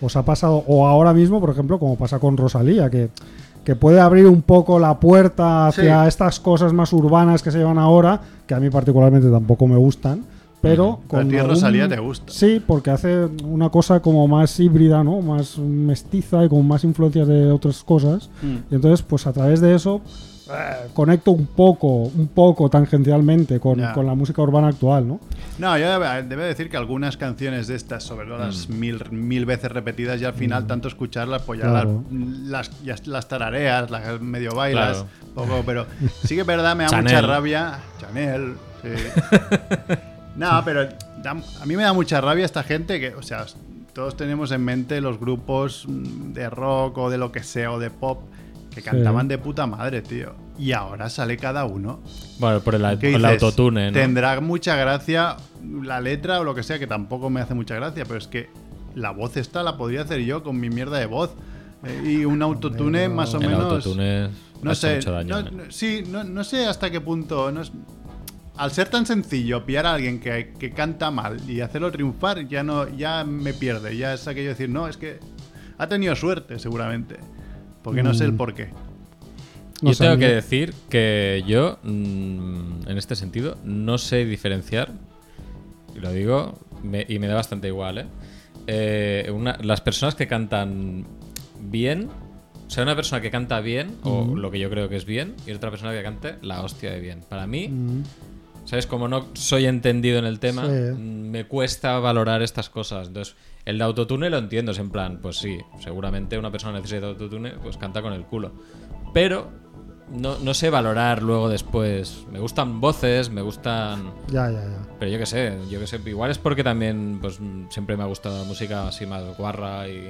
Speaker 1: os ha pasado, o ahora mismo, por ejemplo, como pasa con Rosalía, que, que puede abrir un poco la puerta hacia estas cosas más urbanas que se llevan ahora, que a mí particularmente tampoco me gustan, pero...
Speaker 3: Mm.
Speaker 4: Pero a ti
Speaker 1: algún-
Speaker 4: Rosalía te gusta.
Speaker 1: Sí, porque hace una cosa como más híbrida, ¿no? Más mestiza y con más influencias de otras cosas.
Speaker 4: Mm.
Speaker 1: Y entonces, pues a través de eso, eh, conecto un poco, un poco tangencialmente con,
Speaker 4: Ya.
Speaker 1: con la música urbana actual, ¿no?
Speaker 4: No, yo debe- debo decir que algunas canciones de estas, sobre todo las
Speaker 3: Mm.
Speaker 4: mil, mil veces repetidas, ya al final tanto escucharlas, pues ya
Speaker 1: Claro.
Speaker 4: las, las- ya las tarareas, las medio bailas,
Speaker 3: Claro.
Speaker 4: poco, pero sí que es verdad, me da mucha
Speaker 3: Chanel.
Speaker 4: rabia. Chanel, sí.
Speaker 3: <laughs>
Speaker 4: no, pero da- a mí me da mucha rabia esta gente que, o sea, todos tenemos en mente los grupos mm, de rock o de lo que sea, o de pop, que cantaban de puta madre, tío. Y ahora sale cada uno.
Speaker 3: Bueno, por el, por
Speaker 4: ¿Qué
Speaker 3: el
Speaker 4: dices?
Speaker 3: autotune, ¿no?
Speaker 4: Tendrá mucha gracia la letra o lo que sea, que tampoco me hace mucha gracia, pero es que la voz esta la podría hacer yo con mi mierda de voz. Eh, y un autotune más o
Speaker 3: el
Speaker 4: menos.
Speaker 3: autotune
Speaker 4: No
Speaker 3: hace
Speaker 4: sé,
Speaker 3: mucho daño.
Speaker 4: no-
Speaker 3: ¿eh?
Speaker 4: no- sí, no, no sé hasta qué punto. no es- al ser tan sencillo pillar a alguien que, que canta mal y hacerlo triunfar, ya no, ya me pierde. Ya es aquello de decir, no, es que ha tenido suerte, seguramente. Porque no sé el
Speaker 1: Mm.
Speaker 4: por qué.
Speaker 1: No
Speaker 3: yo
Speaker 1: sé,
Speaker 3: tengo
Speaker 1: a mí-
Speaker 3: que decir que yo, mm, en este sentido, no sé diferenciar, y lo digo, me- y me da bastante igual, ¿eh? Eh, una- las personas que cantan bien, o sea, una persona que canta bien, o lo que yo creo que es bien, y otra persona que cante la hostia de bien. Para mí,
Speaker 1: Mm.
Speaker 3: ¿Sabes? Como no soy entendido en el tema,
Speaker 1: Sí.
Speaker 3: mm, me cuesta valorar estas cosas. Entonces, el de autotune lo entiendo, es en plan, pues sí, seguramente una persona necesita autotune, pues canta con el culo. Pero no, no sé valorar luego después. Me gustan voces, me gustan.
Speaker 1: Ya, ya, ya.
Speaker 3: Pero yo qué sé, yo qué sé. Igual es porque también, pues mm, siempre me ha gustado la música así más guarra y.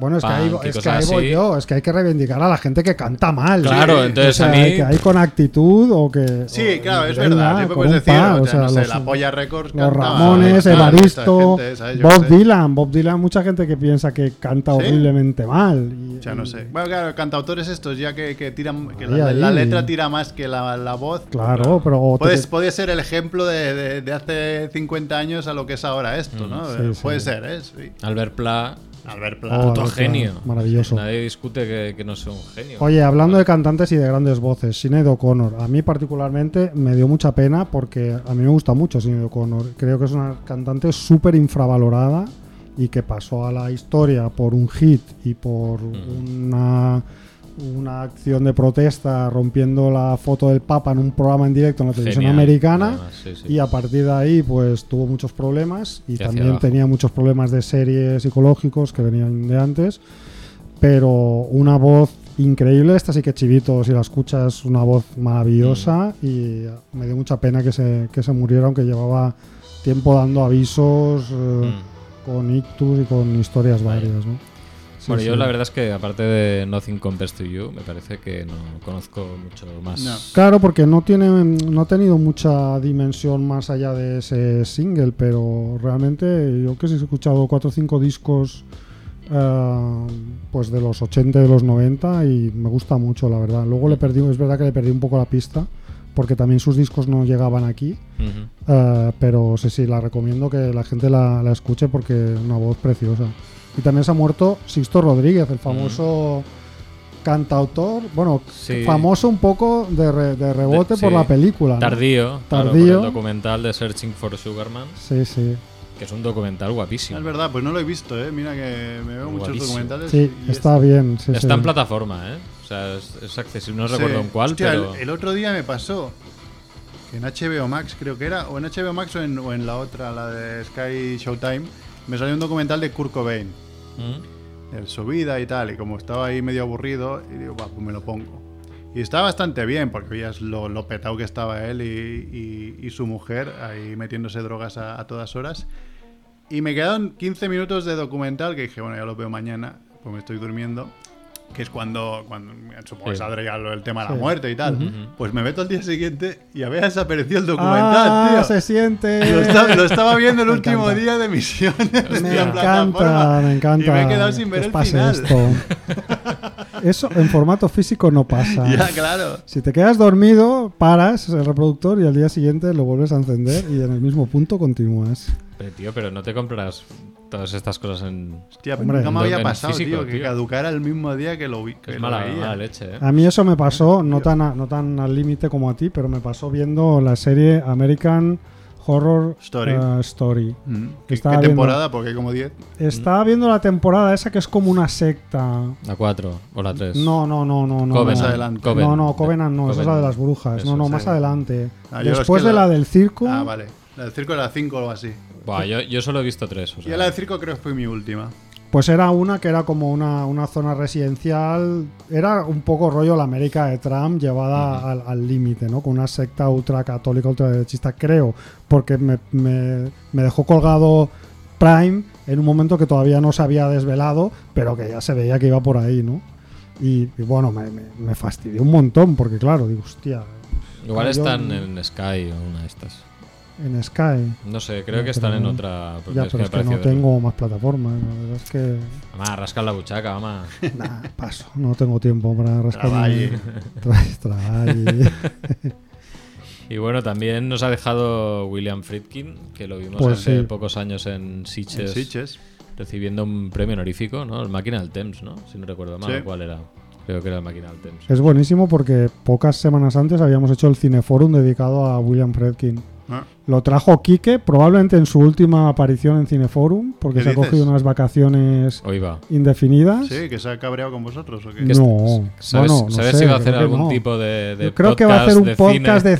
Speaker 1: Bueno, es que ahí,
Speaker 3: Punk y
Speaker 1: es que
Speaker 3: cosas
Speaker 1: ahí voy
Speaker 3: así.
Speaker 1: yo, es que hay que reivindicar a la gente que canta mal.
Speaker 3: Claro,
Speaker 1: O
Speaker 3: entonces
Speaker 1: sea,
Speaker 3: a mí-
Speaker 1: Que hay con actitud o que.
Speaker 4: Sí,
Speaker 1: o-
Speaker 4: claro, es
Speaker 1: Oh, venga,
Speaker 4: verdad. Siempre
Speaker 1: con
Speaker 4: puedes
Speaker 1: un
Speaker 4: decir,
Speaker 1: pa,
Speaker 4: o sea, no sé,
Speaker 1: los-
Speaker 4: la polla Records
Speaker 1: Los
Speaker 4: cantaba,
Speaker 1: Ramones,
Speaker 4: tal,
Speaker 1: Evaristo,
Speaker 4: esta gente, ¿sabes? Yo qué
Speaker 1: Bob
Speaker 4: sé.
Speaker 1: Dylan. Bob Dylan, mucha gente que piensa que canta
Speaker 4: ¿Sí?
Speaker 1: horriblemente mal. y-
Speaker 4: O sea, no
Speaker 1: y-
Speaker 4: sé. Bueno, claro, cantautores estos ya que, que tiran. Que
Speaker 1: Ahí,
Speaker 4: la,
Speaker 1: ahí.
Speaker 4: la letra tira más que la, la voz.
Speaker 1: Claro, pero. o te-
Speaker 4: Puedes, puede ser el ejemplo de, de- de hace 50 años a lo que es ahora esto, ¿no?
Speaker 1: Sí, sí.
Speaker 4: puede ser, ¿eh? Sí.
Speaker 3: Albert Pla,
Speaker 4: Mm, Albert
Speaker 1: oh,
Speaker 4: Pla.
Speaker 3: puto
Speaker 1: claro,
Speaker 3: genio.
Speaker 1: Maravilloso.
Speaker 3: Nadie discute que, que no sea un genio.
Speaker 1: Oye, hablando de cantantes y de grandes voces, Sinead O'Connor. A mí particularmente me dio mucha pena porque a mí me gusta mucho Sinead O'Connor. Creo que es una cantante súper infravalorada y que pasó a la historia por un hit y por una, una acción de protesta rompiendo la foto del Papa en un programa en directo en la televisión
Speaker 3: Genial,
Speaker 1: americana.
Speaker 3: además, sí, sí.
Speaker 1: Y a partir de ahí, pues tuvo muchos problemas y
Speaker 3: hacia
Speaker 1: también
Speaker 3: abajo.
Speaker 1: tenía muchos problemas de series psicológicos que venían de antes. Pero una voz increíble, esta sí que chivito, si la escuchas, una voz maravillosa.
Speaker 3: Mm.
Speaker 1: Y ah, me dio mucha pena que se, que se muriera, aunque llevaba tiempo dando avisos eh, con ictus y con historias
Speaker 3: Vaya.
Speaker 1: varias. ¿no? Sí,
Speaker 3: Mm. bueno, yo
Speaker 1: sí.
Speaker 3: la verdad es que aparte de Nothing Compares to You, me parece que no conozco mucho más.
Speaker 4: No.
Speaker 1: Claro, porque no tiene no ha tenido mucha dimensión más allá de ese single, pero realmente yo que sí he escuchado cuatro o cinco discos eh, pues de los 80 y de los 90 y me gusta mucho, la verdad. Luego le perdí, es verdad que le perdí un poco la pista porque también sus discos no llegaban aquí,
Speaker 3: Ujú.
Speaker 1: eh, pero sí, sí, la recomiendo que la gente la, la escuche porque es una voz preciosa. Y también se ha muerto Sixto Rodríguez, el famoso cantautor, bueno,
Speaker 3: Sí.
Speaker 1: famoso un poco de, re- de rebote
Speaker 3: De-
Speaker 1: por
Speaker 3: sí.
Speaker 1: la película. ¿no?
Speaker 3: Tardío, claro,
Speaker 1: Tardío.
Speaker 3: por el documental de Searching for Sugarman,
Speaker 1: Sí, sí.
Speaker 3: que es un documental guapísimo.
Speaker 4: Es verdad, pues no lo he visto, ¿eh? Mira que me veo muchos
Speaker 3: Guapísimo.
Speaker 4: documentales.
Speaker 1: Sí,
Speaker 4: y
Speaker 1: está bien. sí,
Speaker 3: Está
Speaker 1: sí.
Speaker 3: en plataforma, ¿eh? O sea, es, es accesible, no
Speaker 4: este-
Speaker 3: recuerdo en cuál,
Speaker 4: Hostia, el-
Speaker 3: pero...
Speaker 4: el, otro día me pasó que en HBO Max, creo que era, o en HBO Max o en, o en la otra, la de Sky Showtime, me salió un documental de Kurt Cobain,
Speaker 3: Mm.
Speaker 4: el su vida y tal, y como estaba ahí medio aburrido, y digo, va, pues me lo pongo. Y está bastante bien, porque veías lo, lo petado que estaba él y, y- y su mujer ahí metiéndose drogas a- a todas horas. Y me quedaron 15 minutos de documental que dije, bueno, ya lo veo mañana, pues me estoy durmiendo. Que es cuando, cuando supongo que
Speaker 3: Sí.
Speaker 4: saldrá ya lo- el tema de la
Speaker 1: Sí.
Speaker 4: muerte y tal.
Speaker 3: Ujú.
Speaker 4: Pues me meto al día siguiente y había desaparecido el documental,
Speaker 1: Ah,
Speaker 4: tío.
Speaker 1: se siente. <laughs>
Speaker 4: Lo estaba, lo estaba viendo el
Speaker 1: Me
Speaker 4: último
Speaker 1: encanta.
Speaker 4: día de misiones.
Speaker 1: Me encanta, me encanta.
Speaker 4: Y me he quedado sin
Speaker 1: que
Speaker 4: ver
Speaker 1: os
Speaker 4: el
Speaker 1: pase
Speaker 4: final.
Speaker 1: esto. Eso en formato físico no pasa.
Speaker 4: <laughs> Ya, claro.
Speaker 1: Si te quedas dormido, paras el reproductor y al día siguiente lo vuelves a encender y en el mismo punto continúas.
Speaker 3: Pero, tío, pero no te comprarás todas estas cosas en...
Speaker 4: Hostia,
Speaker 1: Hombre,
Speaker 4: nunca me
Speaker 3: en-
Speaker 4: había
Speaker 3: en
Speaker 4: pasado,
Speaker 3: físico,
Speaker 4: tío, que
Speaker 3: tío.
Speaker 4: caducara el mismo día que lo vi. Que
Speaker 3: Es
Speaker 4: lo
Speaker 3: mala,
Speaker 4: veía.
Speaker 3: mala leche, ¿eh?
Speaker 1: A mí eso me pasó, no tan, a- no tan al límite como a ti, pero me pasó viendo la serie American Horror
Speaker 4: Story.
Speaker 1: eh, Story.
Speaker 4: Mm. ¿Qué,
Speaker 1: Estaba
Speaker 4: qué
Speaker 1: viendo-
Speaker 4: temporada? Porque hay como 10.
Speaker 1: Estaba viendo la temporada esa que es como una secta.
Speaker 3: La 4 o la 3.
Speaker 1: No, no, no, no. no
Speaker 3: Covenant.
Speaker 4: Más
Speaker 1: no.
Speaker 4: adelante.
Speaker 3: Covenant.
Speaker 1: No, no, Covenant no, esa es la de las brujas.
Speaker 3: Eso,
Speaker 1: no, no,
Speaker 3: sí.
Speaker 1: más adelante.
Speaker 4: Ah, yo es
Speaker 1: Después
Speaker 4: que
Speaker 1: de
Speaker 4: la-
Speaker 1: la del circo.
Speaker 4: Ah, vale. La del circo era 5 o algo así.
Speaker 3: Buah, yo, yo solo he visto 3.
Speaker 4: Yo la del circo creo que fue mi última.
Speaker 1: Pues era una que era como una, una zona residencial. Era un poco rollo la América de Trump llevada al- al límite, ¿no? Con una secta ultracatólica, ultraderechista, creo. Porque me, me- me dejó colgado Prime en un momento que todavía no se había desvelado, pero que ya se veía que iba por ahí, ¿no? Y, y bueno, me, me- me fastidió un montón porque, claro, digo, hostia,
Speaker 3: Igual
Speaker 1: Yo-
Speaker 3: están en Sky o una de estas.
Speaker 1: en Sky.
Speaker 3: No sé, creo
Speaker 1: No,
Speaker 3: que están
Speaker 1: pero
Speaker 3: en
Speaker 1: no.
Speaker 3: otra. porque
Speaker 1: Ya,
Speaker 3: Pues
Speaker 1: pero
Speaker 3: es que
Speaker 1: es que
Speaker 3: me
Speaker 1: no
Speaker 3: pareció de-
Speaker 1: tengo más plataformas. La verdad es que.
Speaker 3: Mamá, rasca la buchaca, mamá.
Speaker 1: Nah, paso. No tengo tiempo para rascar.
Speaker 4: Traballe.
Speaker 1: Tra- traballe.
Speaker 3: Y bueno, también nos ha dejado William Friedkin, que lo vimos
Speaker 1: Pues
Speaker 3: hace
Speaker 1: sí.
Speaker 3: pocos años en
Speaker 4: En
Speaker 3: Sitges,
Speaker 4: Sitges.
Speaker 3: recibiendo un premio honorífico, ¿no? El Máquina del Temps, ¿no? Si no recuerdo mal,
Speaker 4: Sí.
Speaker 3: ¿cuál era? Creo que era el Máquina del Temps.
Speaker 1: es buenísimo porque pocas semanas antes habíamos hecho el cineforum dedicado a William Fredkin.
Speaker 4: Ah,
Speaker 1: Lo trajo Quique, probablemente en su última aparición en Cineforum, porque
Speaker 4: ¿Qué
Speaker 1: se ha
Speaker 4: dices?
Speaker 1: cogido unas vacaciones
Speaker 3: Hoy va.
Speaker 1: indefinidas.
Speaker 4: Sí, que se ha cabreado con vosotros o qué.
Speaker 1: No, no,
Speaker 3: ¿Sabes,
Speaker 1: no, no
Speaker 3: sabes
Speaker 1: sé,
Speaker 3: si va a
Speaker 1: creo
Speaker 3: hacer
Speaker 1: que
Speaker 3: algún
Speaker 1: no.
Speaker 3: tipo de, de
Speaker 1: Yo creo que va a hacer un
Speaker 3: de
Speaker 1: podcast
Speaker 3: cine?
Speaker 1: de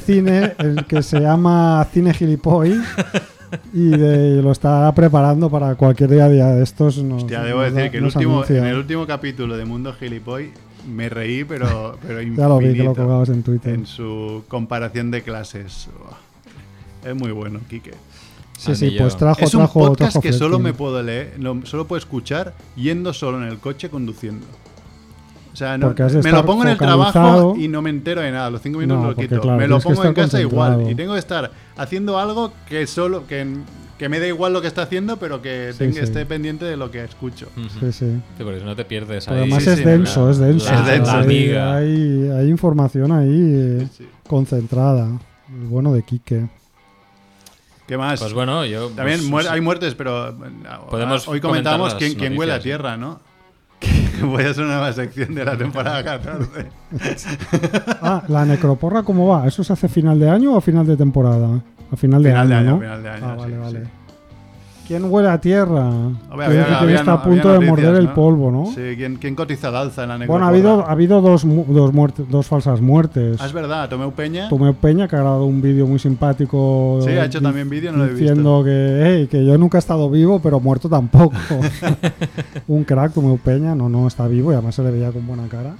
Speaker 1: cine el que se llama Cine Gilipoll
Speaker 3: <laughs>
Speaker 1: y, de- y lo está preparando para cualquier día, día de estos. Nos,
Speaker 4: Hostia, debo
Speaker 1: nos da-
Speaker 4: decir que el
Speaker 1: nos
Speaker 4: último,
Speaker 1: anuncia.
Speaker 4: en el último capítulo de Mundo Gilipoy me reí, pero, pero infinito.
Speaker 1: Ya lo vi que lo colgabas en Twitter.
Speaker 4: En su comparación de clases. Buah. Es muy bueno, Quique.
Speaker 1: sí, sí,
Speaker 3: Anillo.
Speaker 1: pues trajo,
Speaker 4: es un
Speaker 1: trajo,
Speaker 4: podcast
Speaker 1: trajo
Speaker 4: que solo
Speaker 1: Fredkin.
Speaker 4: me puedo leer, no, solo puedo escuchar yendo solo en el coche conduciendo. O sea, no-
Speaker 1: Porque has de
Speaker 4: me lo
Speaker 1: estar
Speaker 4: pongo en el
Speaker 1: focalizado.
Speaker 4: trabajo y no me entero de nada. Los cinco minutos
Speaker 1: No,
Speaker 4: lo
Speaker 1: porque,
Speaker 4: quito.
Speaker 1: claro,
Speaker 4: me lo
Speaker 1: tienes que
Speaker 4: pongo en
Speaker 1: estar
Speaker 4: casa igual.
Speaker 1: concentrado.
Speaker 4: Y tengo que estar haciendo algo que solo que, que me da igual lo que está haciendo, pero que
Speaker 1: Sí,
Speaker 4: tenga-
Speaker 1: sí.
Speaker 4: esté pendiente de lo que escucho.
Speaker 3: Ujú.
Speaker 1: Sí, sí.
Speaker 3: Sí, porque si no te pierdes
Speaker 1: Pero
Speaker 3: ahí.
Speaker 1: además
Speaker 4: sí,
Speaker 1: es
Speaker 4: sí,
Speaker 1: denso,
Speaker 3: la-
Speaker 1: es denso.
Speaker 3: la-
Speaker 4: Es denso.
Speaker 3: la
Speaker 1: Hay-
Speaker 3: amiga.
Speaker 1: Hay, hay información ahí eh,
Speaker 4: Sí.
Speaker 1: concentrada. El bueno de Quique.
Speaker 4: ¿Qué más?
Speaker 3: Pues bueno, yo.
Speaker 4: También
Speaker 3: pues,
Speaker 4: muer-
Speaker 3: sí.
Speaker 4: hay muertes, pero bueno,
Speaker 3: Podemos
Speaker 4: hoy
Speaker 3: comentar
Speaker 4: comentábamos
Speaker 3: las
Speaker 4: quién, quién huele a
Speaker 3: noticias, ¿eh?
Speaker 4: tierra, ¿no? <laughs> Voy a hacer una nueva sección de la temporada 14.
Speaker 1: Ah, la necroporra, ¿cómo va? ¿Eso se hace final de año o final de temporada? A final de
Speaker 4: Final de
Speaker 1: año.
Speaker 4: año,
Speaker 1: ¿no?
Speaker 4: final de año,
Speaker 1: Ah,
Speaker 4: sí,
Speaker 1: vale, vale.
Speaker 4: sí.
Speaker 1: ¿Quién huele a tierra?
Speaker 4: Hombre,
Speaker 1: Creo
Speaker 4: había-
Speaker 1: que
Speaker 4: había-
Speaker 1: está a
Speaker 4: había
Speaker 1: punto de
Speaker 4: noticias,
Speaker 1: morder el
Speaker 4: ¿no?
Speaker 1: polvo, ¿no?
Speaker 4: Sí, ¿quién, quién cotiza al alza en la
Speaker 1: Bueno,
Speaker 4: necroporra?
Speaker 1: ha habido, ha habido dos, mu- dos, muertes, dos falsas muertes.
Speaker 4: Ah, es verdad, Tomeu Peña.
Speaker 1: Tomeo Peña, que ha grabado un vídeo muy simpático.
Speaker 4: Sí, ha hecho
Speaker 1: di-
Speaker 4: también vídeo, no lo he visto.
Speaker 1: Diciendo que, "Hey, que yo nunca he estado vivo, pero muerto
Speaker 4: <laughs>
Speaker 1: tampoco. un crack, Tomeo Peña, no, no, está vivo y además se le veía con buena cara.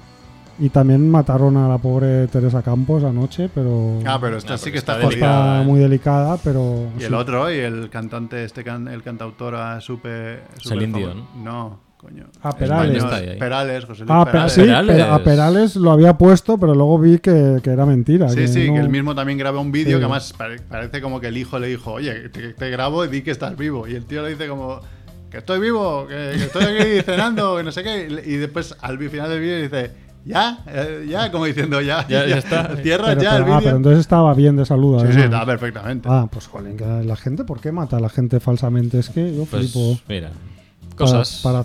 Speaker 1: Y también mataron a la pobre Teresa Campos anoche, pero.
Speaker 4: Ah, pero esta
Speaker 3: No,
Speaker 4: sí
Speaker 3: porque
Speaker 4: que está,
Speaker 3: está
Speaker 4: jodida.
Speaker 3: delicada.
Speaker 1: está
Speaker 3: eh.
Speaker 1: muy delicada, pero.
Speaker 4: Y
Speaker 1: sí.
Speaker 4: el otro, y el cantante, este can- el cantautora super. super
Speaker 3: Celine
Speaker 4: famo-
Speaker 3: Dion.
Speaker 4: No, coño.
Speaker 1: Ah,
Speaker 3: Español
Speaker 1: Perales.
Speaker 3: está ahí, ahí.
Speaker 4: Perales, José Luis
Speaker 1: Ah, pe-
Speaker 4: Perales.
Speaker 1: sí,
Speaker 3: Perales.
Speaker 1: pero a Perales lo había puesto, pero luego vi que, que era mentira.
Speaker 4: Sí, sí,
Speaker 1: no-
Speaker 4: que él mismo también graba un vídeo
Speaker 1: Sí.
Speaker 4: que además pare- parece como que el hijo le dijo, oye, te, te grabo y di que estás vivo. Y el tío le dice como, que estoy vivo, que, que estoy
Speaker 1: <laughs>
Speaker 4: aquí cenando, que no sé qué. Y después al vi- final del vídeo dice, ya, eh, ya, como diciendo, <laughs> ya,
Speaker 3: Ya, ya está.
Speaker 4: Cierra
Speaker 1: Pero-
Speaker 4: ya
Speaker 1: pero-
Speaker 4: el
Speaker 1: ah, pero
Speaker 4: vídeo.
Speaker 1: entonces estaba bien de salud.
Speaker 4: sí, sí,
Speaker 1: además.
Speaker 4: está perfectamente.
Speaker 1: Ah, pues jolín, que la gente, ¿por qué mata a la gente falsamente? Es que yo
Speaker 3: Pues,
Speaker 1: flipo.
Speaker 3: mira.
Speaker 1: Para-
Speaker 3: Cosas.
Speaker 1: Para,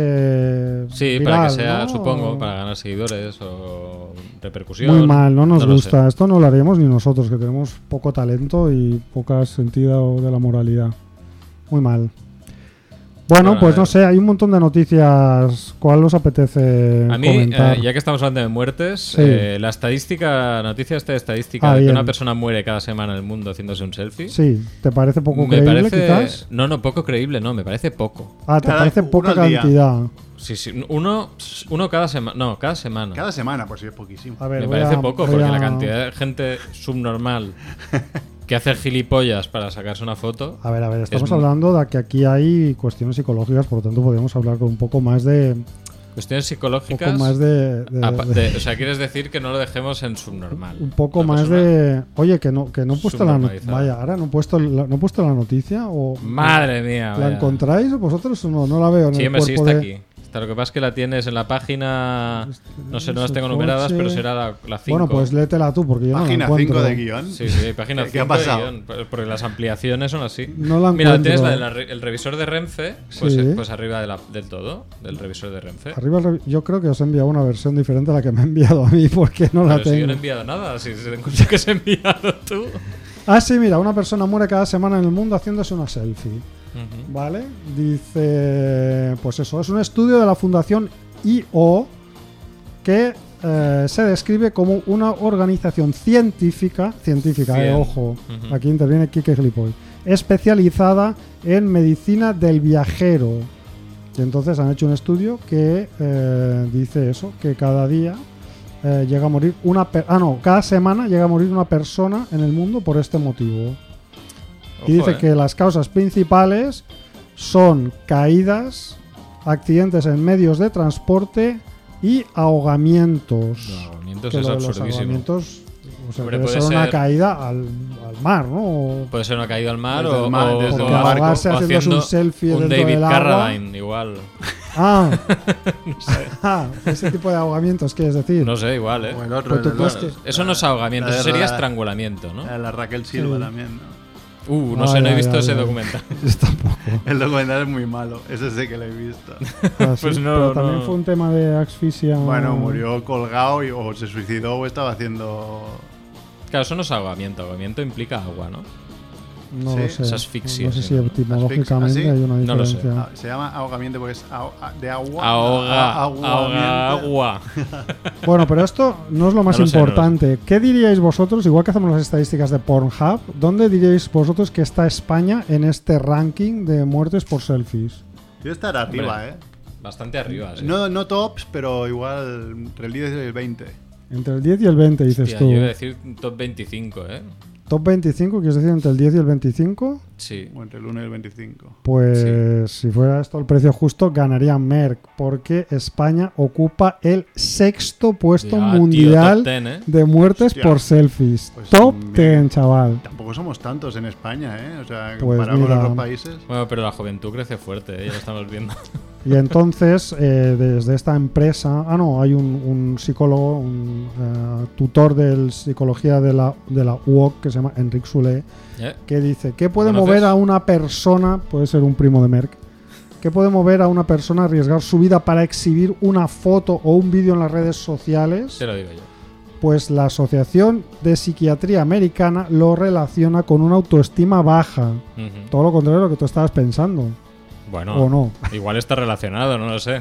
Speaker 1: hacerse.
Speaker 3: Sí, para
Speaker 1: viral,
Speaker 3: que sea,
Speaker 1: ¿no?
Speaker 3: supongo, para ganar seguidores o repercusión.
Speaker 1: Muy mal, no nos
Speaker 3: lo
Speaker 1: gusta.
Speaker 3: sé.
Speaker 1: Esto no lo haríamos ni nosotros, que tenemos poco talento y poca sentido de la moralidad. Muy mal. Bueno,
Speaker 3: Bueno, a
Speaker 1: pues no
Speaker 3: ver.
Speaker 1: sé, hay un montón de noticias. ¿Cuál os apetece
Speaker 3: A mí,
Speaker 1: comentar?
Speaker 3: eh, ya que estamos hablando de muertes,
Speaker 1: Sí.
Speaker 3: eh, la estadística, noticia esta de estadística
Speaker 1: Ah,
Speaker 3: de que
Speaker 1: bien.
Speaker 3: una persona muere cada semana en el mundo haciéndose un selfie.
Speaker 1: Sí, ¿te parece poco creíble quizás?
Speaker 3: No, no, poco creíble, no, me parece poco.
Speaker 1: Ah, ¿te
Speaker 4: Cada-
Speaker 1: parece
Speaker 4: uno
Speaker 1: poca
Speaker 4: al día.
Speaker 1: cantidad?
Speaker 3: Sí, sí, uno, uno cada semana. No, cada semana.
Speaker 4: Cada semana, pues sí, es poquísimo.
Speaker 1: A ver,
Speaker 3: me
Speaker 1: voy
Speaker 3: parece
Speaker 1: a-
Speaker 3: poco,
Speaker 1: voy
Speaker 3: porque
Speaker 1: a-
Speaker 3: la cantidad de gente
Speaker 1: <laughs>
Speaker 3: subnormal que hace gilipollas para sacarse una foto.
Speaker 1: A ver, a ver, estamos
Speaker 3: Es-
Speaker 1: hablando de que aquí hay cuestiones psicológicas, por lo tanto podríamos hablar con un poco más de... Un
Speaker 3: Cuestiones
Speaker 1: poco
Speaker 3: psicológicas.
Speaker 1: más de... de-
Speaker 3: apa-
Speaker 1: de-
Speaker 3: de- o sea, quieres decir que no lo dejemos en subnormal.
Speaker 1: un poco
Speaker 3: Una
Speaker 1: más
Speaker 3: persona-
Speaker 1: de... Oye, que no, que no he puesto la noticia.
Speaker 3: subnormalizada.
Speaker 1: Vaya, ahora no he puesto la, no he puesto la noticia o...
Speaker 3: Madre mía.
Speaker 1: ¿La
Speaker 3: vaya.
Speaker 1: encontráis vosotros o no? No la veo en
Speaker 3: Sí,
Speaker 1: el
Speaker 3: hombre, sí,
Speaker 1: cuerpo
Speaker 3: está
Speaker 1: de...
Speaker 3: aquí. Está, lo que pasa es que la tienes en la página. No sé, no las tengo
Speaker 1: Soporte.
Speaker 3: numeradas, pero será la- la 5.
Speaker 1: este Bueno, pues léetela tú porque yo
Speaker 4: Página
Speaker 1: no la
Speaker 4: 5
Speaker 1: encuentro.
Speaker 4: de guión.
Speaker 3: Sí, sí, página
Speaker 4: <laughs> ¿Qué-
Speaker 3: 5.
Speaker 4: qué ha pasado?
Speaker 3: porque las ampliaciones son así.
Speaker 1: No la
Speaker 3: Mira, tienes
Speaker 1: encuentro.
Speaker 3: la del re- el revisor de Renfe, pues,
Speaker 1: Sí.
Speaker 3: eh, pues arriba de la- del todo, del revisor de Renfe.
Speaker 1: Arriba, el re- yo creo que os he enviado una versión diferente a la que me ha enviado a mí <laughs> porque no la
Speaker 3: Pero si yo
Speaker 1: tengo.
Speaker 3: no he enviado nada, si se escucha que se ha enviado tú.
Speaker 1: Ah, sí, mira, una persona muere cada semana en el mundo haciéndose una selfie. ¿Vale? Dice, pues eso, es un estudio de la Fundación IO que eh, se describe como una organización científica, científica, eh,
Speaker 3: Cien.
Speaker 1: ojo,
Speaker 3: Ujú.
Speaker 1: aquí interviene Kike Glipoy, especializada en medicina del viajero. Y entonces han hecho un estudio que eh, dice eso, que cada día eh, llega a morir una... per- ah, no, cada semana llega a morir una persona en el mundo por este motivo. Y
Speaker 3: Ojo,
Speaker 1: dice
Speaker 3: eh.
Speaker 1: que las causas principales son caídas, accidentes en medios de transporte, y ahogamientos.
Speaker 3: No, ahogamientos
Speaker 1: Que
Speaker 3: es
Speaker 1: lo de los
Speaker 3: absurdísimo.
Speaker 1: ahogamientos, o sea,
Speaker 3: Hombre,
Speaker 1: debe
Speaker 3: puede
Speaker 1: ser una
Speaker 3: ser-
Speaker 1: caída al, al mar, ¿no? O-
Speaker 3: Puede ser una caída al mar
Speaker 4: Desde
Speaker 3: o,
Speaker 4: el mar,
Speaker 3: o-
Speaker 4: desde
Speaker 3: o
Speaker 4: el
Speaker 3: a-
Speaker 4: barco.
Speaker 3: o
Speaker 1: Ahogarse haciéndose
Speaker 3: haciendo
Speaker 1: un selfie
Speaker 3: un
Speaker 1: dentro
Speaker 3: David
Speaker 1: del agua.
Speaker 3: Carradine, igual.
Speaker 1: Ah,
Speaker 3: <laughs>
Speaker 1: <laughs> Ah, ese tipo de ahogamientos, quieres decir. <laughs>
Speaker 3: No sé, igual, ¿eh?
Speaker 4: O el otro,
Speaker 1: Por
Speaker 4: el- el-
Speaker 1: supuesto.
Speaker 3: eso no es ahogamiento,
Speaker 4: la
Speaker 3: eso
Speaker 4: de
Speaker 3: sería
Speaker 4: la-
Speaker 3: estrangulamiento, ¿no?
Speaker 4: la Raquel Silva
Speaker 1: Sí.
Speaker 4: también, ¿no?
Speaker 3: Uh, no
Speaker 1: Ah,
Speaker 3: sé, no he
Speaker 1: ya,
Speaker 3: visto
Speaker 1: ya,
Speaker 3: ese
Speaker 1: ya.
Speaker 3: documental. <laughs>
Speaker 1: Yo tampoco.
Speaker 4: El documental es muy malo, ese sí que lo he visto.
Speaker 1: Ah,
Speaker 3: Pues
Speaker 1: sí,
Speaker 3: no,
Speaker 1: pero también
Speaker 3: no.
Speaker 1: fue un tema de asfixia.
Speaker 4: bueno, murió colgado y, o se suicidó o estaba haciendo...
Speaker 3: Claro, eso no es ahogamiento, ahogamiento implica agua, ¿no?
Speaker 1: No
Speaker 4: Sí,
Speaker 1: lo sé.
Speaker 3: es asfixia,
Speaker 1: No sé
Speaker 3: sí,
Speaker 1: si
Speaker 3: ¿no?
Speaker 1: etimológicamente
Speaker 4: ¿Asfixia? ¿Ah, sí?
Speaker 1: hay una
Speaker 3: No lo sé.
Speaker 1: diferencia.
Speaker 4: Ah, Se llama ahogamiento porque es aho- a- de agua. ah,
Speaker 3: Ahoga,
Speaker 4: a-
Speaker 3: ahoga
Speaker 4: ahogamiento.
Speaker 3: agua.
Speaker 1: Bueno, pero esto no es lo más
Speaker 3: No lo sé, no lo
Speaker 1: importante. ¿Qué diríais vosotros, igual que hacemos las estadísticas de Pornhub, dónde diríais vosotros que está España en este ranking de muertes por selfies?
Speaker 4: Debe estar arriba,
Speaker 3: Hombre,
Speaker 4: ¿eh?
Speaker 3: Bastante arriba, sí.
Speaker 4: No, no tops, pero igual entre el 10 y el 20.
Speaker 1: Entre el 10 y el 20, dices
Speaker 3: Hostia,
Speaker 1: tú.
Speaker 3: yo iba a decir top 25, ¿eh?
Speaker 1: Top 25, quieres decir entre el 10 y el 25?
Speaker 3: Sí.
Speaker 4: O entre el 1 y el 25.
Speaker 1: Pues si fuera esto el precio justo, ganaría Merck, porque España ocupa el sexto puesto
Speaker 3: Ya, Ah, tío,
Speaker 1: mundial
Speaker 3: top 10, ¿eh?
Speaker 1: de muertes
Speaker 4: Hostia.
Speaker 1: por selfies.
Speaker 4: Pues
Speaker 1: top
Speaker 4: mira.
Speaker 1: 10, chaval.
Speaker 4: Tampoco somos tantos en España, ¿eh? O sea,
Speaker 1: Pues
Speaker 4: comparado con
Speaker 1: mira.
Speaker 4: otros países.
Speaker 3: Bueno, pero la juventud crece fuerte, ¿eh? ya lo estamos
Speaker 4: <laughs>
Speaker 3: viendo. <laughs>
Speaker 1: Y entonces, eh, desde esta empresa, ah, no, hay un, un psicólogo, un eh, tutor de psicología de la, de la UOC que se llama Enric Solé,
Speaker 3: ¿Eh?
Speaker 1: que dice, ¿qué puede
Speaker 3: ¿Conoces?
Speaker 1: mover a una persona, puede ser un primo de Merck, qué puede mover a una persona a arriesgar su vida para exhibir una foto o un vídeo en las redes sociales?
Speaker 3: Te lo digo yo.
Speaker 1: Pues la Asociación de Psiquiatría Americana lo relaciona con una autoestima baja.
Speaker 3: Ujú.
Speaker 1: Todo lo contrario de lo que tú estabas pensando,
Speaker 3: Bueno,
Speaker 1: ¿o no?
Speaker 3: igual está relacionado, no lo sé.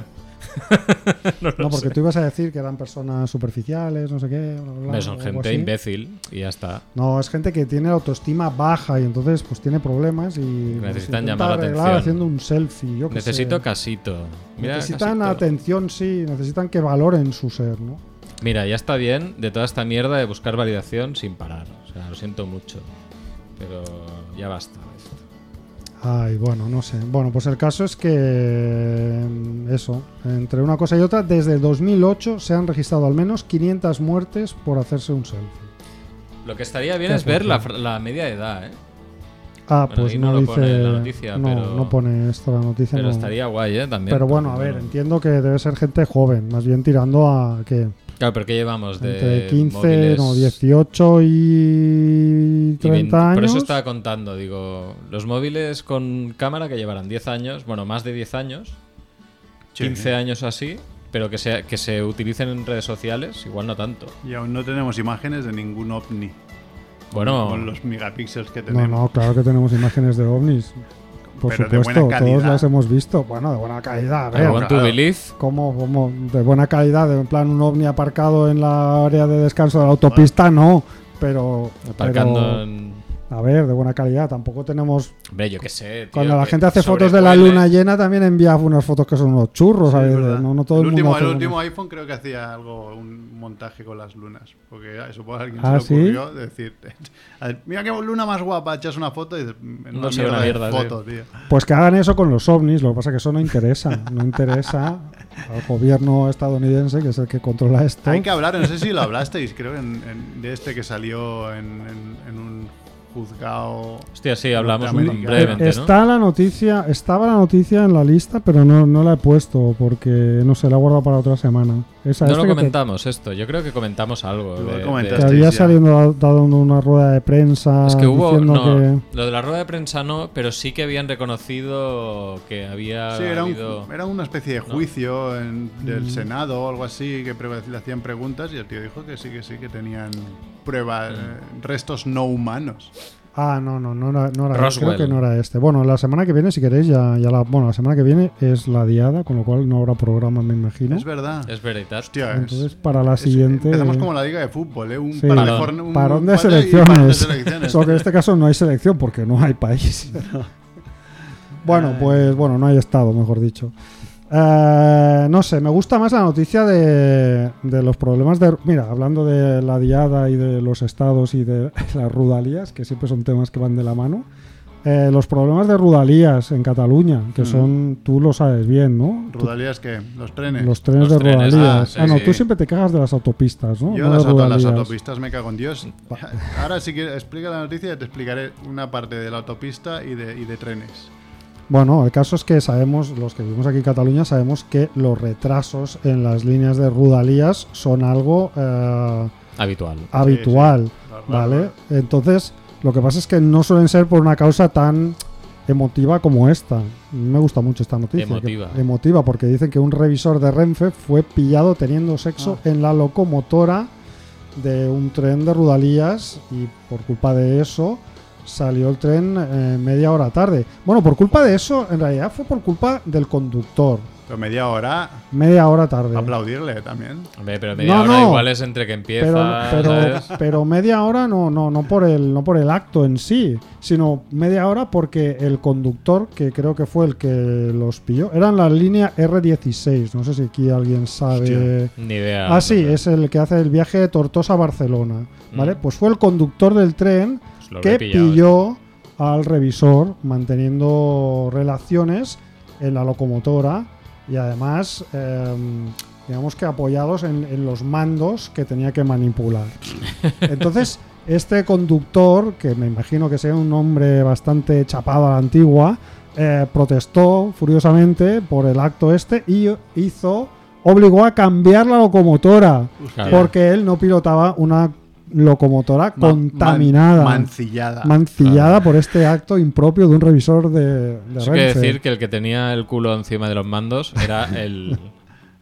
Speaker 3: no lo
Speaker 1: <laughs> No, porque
Speaker 3: sé.
Speaker 1: tú ibas a decir que eran personas superficiales, no sé qué, bla, bla, bla,
Speaker 3: Hombre, son
Speaker 1: o algo
Speaker 3: gente
Speaker 1: así.
Speaker 3: imbécil y ya está.
Speaker 1: No, es gente que tiene la autoestima baja y entonces pues tiene problemas y pues,
Speaker 3: Necesitan
Speaker 1: intenta
Speaker 3: llamar la
Speaker 1: arreglar
Speaker 3: atención.
Speaker 1: haciendo un selfie. Yo qué
Speaker 3: Necesito
Speaker 1: sé.
Speaker 3: casito. Mira,
Speaker 1: necesitan
Speaker 3: casito.
Speaker 1: atención, sí, necesitan que valoren su ser, ¿no?
Speaker 3: Mira, ya está bien de toda esta mierda de buscar validación sin parar. O sea, lo siento mucho. Pero ya basta. de esto.
Speaker 1: Ay, bueno, no sé. Bueno, pues el caso es que mm, eso, entre una cosa y otra, desde el 2008 se han registrado al menos 500 muertes por hacerse un selfie.
Speaker 3: Lo que estaría bien
Speaker 1: Qué
Speaker 3: es ver la,
Speaker 1: fuerte.
Speaker 3: fr- la media de edad, ¿eh?
Speaker 1: Ah,
Speaker 3: Bueno,
Speaker 1: pues
Speaker 3: ahí
Speaker 1: no,
Speaker 3: no lo
Speaker 1: dice
Speaker 3: pone la noticia,
Speaker 1: no,
Speaker 3: pero-
Speaker 1: no pone esto la noticia.
Speaker 3: Pero
Speaker 1: no.
Speaker 3: estaría guay, ¿eh? También.
Speaker 1: Pero bueno, a
Speaker 3: porque
Speaker 1: ver,
Speaker 3: no-
Speaker 1: entiendo que debe ser gente joven, más bien tirando a que
Speaker 3: Claro, pero ¿qué llevamos Pues de
Speaker 1: entre 15,
Speaker 3: móviles
Speaker 1: no, 18 y
Speaker 3: y
Speaker 1: 30
Speaker 3: 20?
Speaker 1: años.
Speaker 3: Por eso estaba contando, digo, los móviles con cámara que llevarán 10 años, bueno, más de 10 años, 15 años así, pero que se, que se utilicen en redes sociales, igual no tanto.
Speaker 4: Y aún no tenemos imágenes de ningún ovni.
Speaker 3: Bueno,
Speaker 4: Con los megapíxeles que
Speaker 1: No,
Speaker 4: tenemos.
Speaker 1: no, claro que tenemos imágenes de ovnis. Por
Speaker 4: Pero de buena
Speaker 1: supuesto, todos
Speaker 4: calidad.
Speaker 1: las hemos visto. Bueno, de buena calidad, a
Speaker 3: I
Speaker 1: ver.
Speaker 3: want to
Speaker 4: claro.
Speaker 3: believe.
Speaker 1: Como, como de buena calidad, en plan un ovni aparcado en la área de descanso de la autopista, no. Pero,
Speaker 3: Aparcando
Speaker 1: pero,
Speaker 3: en.
Speaker 1: a ver, de buena calidad. Tampoco tenemos
Speaker 3: Hombre, yo qué sé. tío,
Speaker 1: Cuando la
Speaker 3: que
Speaker 1: gente hace fotos de la
Speaker 3: sobrevuele.
Speaker 1: luna llena, también envía unas fotos que son unos churros,
Speaker 4: Sí,
Speaker 1: a
Speaker 4: es
Speaker 1: veces,
Speaker 4: verdad.
Speaker 1: No, no todo el,
Speaker 4: último,
Speaker 1: mundo hace
Speaker 4: el
Speaker 1: unos-
Speaker 4: último iPhone creo que hacía algo, un montaje con las lunas. Porque a eso pues, a alguien
Speaker 1: Ah,
Speaker 4: se
Speaker 1: ¿sí?
Speaker 4: le ocurrió decir, <laughs> a ver, mira qué luna más guapa, echas una foto y dices, "Mm, en
Speaker 3: No se ve una
Speaker 4: de
Speaker 3: mierda, tío".
Speaker 4: foto, tío.
Speaker 1: Pues que hagan eso con los ovnis, lo que pasa es que eso no interesa. No interesa al gobierno estadounidense, que es el que controla esto.
Speaker 4: Hay que hablar, no
Speaker 1: <laughs>
Speaker 4: sé si lo hablasteis, creo, en, en- de este que salió en, en- en un juzgado.
Speaker 3: Hostia, sí, hablamos un-
Speaker 4: Norteamericano.
Speaker 3: brevemente,
Speaker 1: Eh,
Speaker 3: ¿no?
Speaker 1: Está la noticia, estaba la noticia en la lista, pero no, no la he puesto porque no sé, la he guardado para otra semana. Esa
Speaker 3: No
Speaker 1: este
Speaker 3: lo
Speaker 1: que te-
Speaker 3: comentamos esto. Yo creo que comentamos algo.
Speaker 4: Lo
Speaker 3: de- de-
Speaker 1: que,
Speaker 4: comentaste.
Speaker 1: había
Speaker 4: Sí, sí.
Speaker 1: saliendo dado una rueda de prensa
Speaker 3: Es que hubo.
Speaker 1: diciendo
Speaker 3: No,
Speaker 1: que
Speaker 3: Lo de la rueda de prensa no, pero sí que habían reconocido que había
Speaker 4: Sí, era, un-
Speaker 3: habido.
Speaker 4: era una especie de juicio en-
Speaker 1: Mm.
Speaker 4: del Senado o algo así, que pre- le hacían preguntas y el tío dijo que sí, que sí, que tenían
Speaker 3: Mm.
Speaker 4: pruebas, eh, restos no humanos.
Speaker 1: Ah, no, no, no era, no era-
Speaker 3: Roswell.
Speaker 1: creo que no era este. Bueno, la semana que viene, si queréis, ya, ya la. Bueno, la semana que viene es la diada, con lo cual no habrá programa, me imagino.
Speaker 4: Es verdad.
Speaker 3: Es verdad.
Speaker 4: Hostia, es-
Speaker 1: Entonces, para la
Speaker 4: es-
Speaker 1: siguiente.
Speaker 4: Empezamos
Speaker 1: eh,
Speaker 4: como la liga de fútbol, ¿eh? Un
Speaker 1: sí.
Speaker 4: par de
Speaker 3: Parón.
Speaker 4: jorn- un
Speaker 1: parón de
Speaker 4: par y
Speaker 1: selecciones.
Speaker 4: par
Speaker 1: <laughs>
Speaker 4: de selecciones.
Speaker 1: Solo que en este caso no hay selección porque no hay
Speaker 4: <laughs>
Speaker 1: país. bueno, pues bueno, no hay estado, mejor dicho. Eh, no sé, me gusta más la noticia de, de los problemas de... Mira, hablando de <laughs> la diada y de los estados y de las rudalías, que siempre son temas que van de la mano. eh, los problemas de Rudalías en Cataluña, que
Speaker 4: Mm.
Speaker 1: son, tú lo sabes bien, ¿no? Tú-
Speaker 4: ¿Rudalías qué? ¿Los trenes?
Speaker 1: los trenes
Speaker 3: Los
Speaker 1: de
Speaker 3: trenes,
Speaker 1: Rudalías.
Speaker 3: ah,
Speaker 1: Ah,
Speaker 3: sí,
Speaker 1: no,
Speaker 3: sí.
Speaker 1: tú siempre te cagas de las autopistas, ¿no?
Speaker 4: Yo
Speaker 1: No de
Speaker 4: las, auto- las
Speaker 1: Rudalías.
Speaker 4: autopistas me cago en Dios. <laughs> Ahora si quieres explica la noticia y te explicaré una parte de la autopista y de, y de trenes.
Speaker 1: Bueno, el caso es que sabemos, los que vivimos aquí en Cataluña, sabemos que los retrasos en las líneas de Rudalías son algo eh,
Speaker 3: Habitual.
Speaker 1: habitual,
Speaker 4: normal,
Speaker 1: ¿vale? Entonces, lo que pasa es que no suelen ser por una causa tan emotiva como esta. Me gusta mucho esta noticia. que-
Speaker 3: Emotiva.
Speaker 1: emotiva, porque dicen que un revisor de Renfe fue pillado teniendo sexo en la locomotora de un tren de Rudalías y por culpa de eso salió el tren eh, media hora tarde. Bueno, por culpa de eso, en realidad fue por culpa del conductor.
Speaker 4: Pero media hora,
Speaker 1: Media hora tarde. ¿eh?
Speaker 4: aplaudirle también.
Speaker 3: Hombre, pero media
Speaker 1: No,
Speaker 3: hora
Speaker 1: no.
Speaker 3: igual es entre que empieza.
Speaker 1: pero, pero,
Speaker 3: ¿sabes?
Speaker 1: pero media hora no, no, no, por el, no por el acto en sí, sino media hora porque el conductor, que creo que fue el que los pilló, eran la línea R16. No sé si aquí alguien sabe.
Speaker 3: Ni idea.
Speaker 1: Ah, sí, es el que hace el viaje de Tortosa a Barcelona. ¿Vale?
Speaker 3: Mm.
Speaker 1: Pues fue el conductor del tren
Speaker 3: Pues lo
Speaker 1: que
Speaker 3: habré pillado,
Speaker 1: pilló al revisor manteniendo relaciones en la locomotora y además, eh, digamos que apoyados en, en los mandos que tenía que manipular. Entonces, este conductor, que me imagino que sea un hombre bastante chapado a la antigua, eh, protestó furiosamente por el acto este y hizo, obligó a cambiar la locomotora
Speaker 3: Claro.
Speaker 1: porque él no pilotaba una locomotora
Speaker 4: Ma-
Speaker 1: contaminada,
Speaker 4: man- mancillada.
Speaker 1: mancillada por este acto impropio de un revisor de, de
Speaker 3: Eso quiere
Speaker 1: Renfe.
Speaker 3: decir que el que tenía el culo encima de los mandos era
Speaker 1: <laughs>
Speaker 3: el,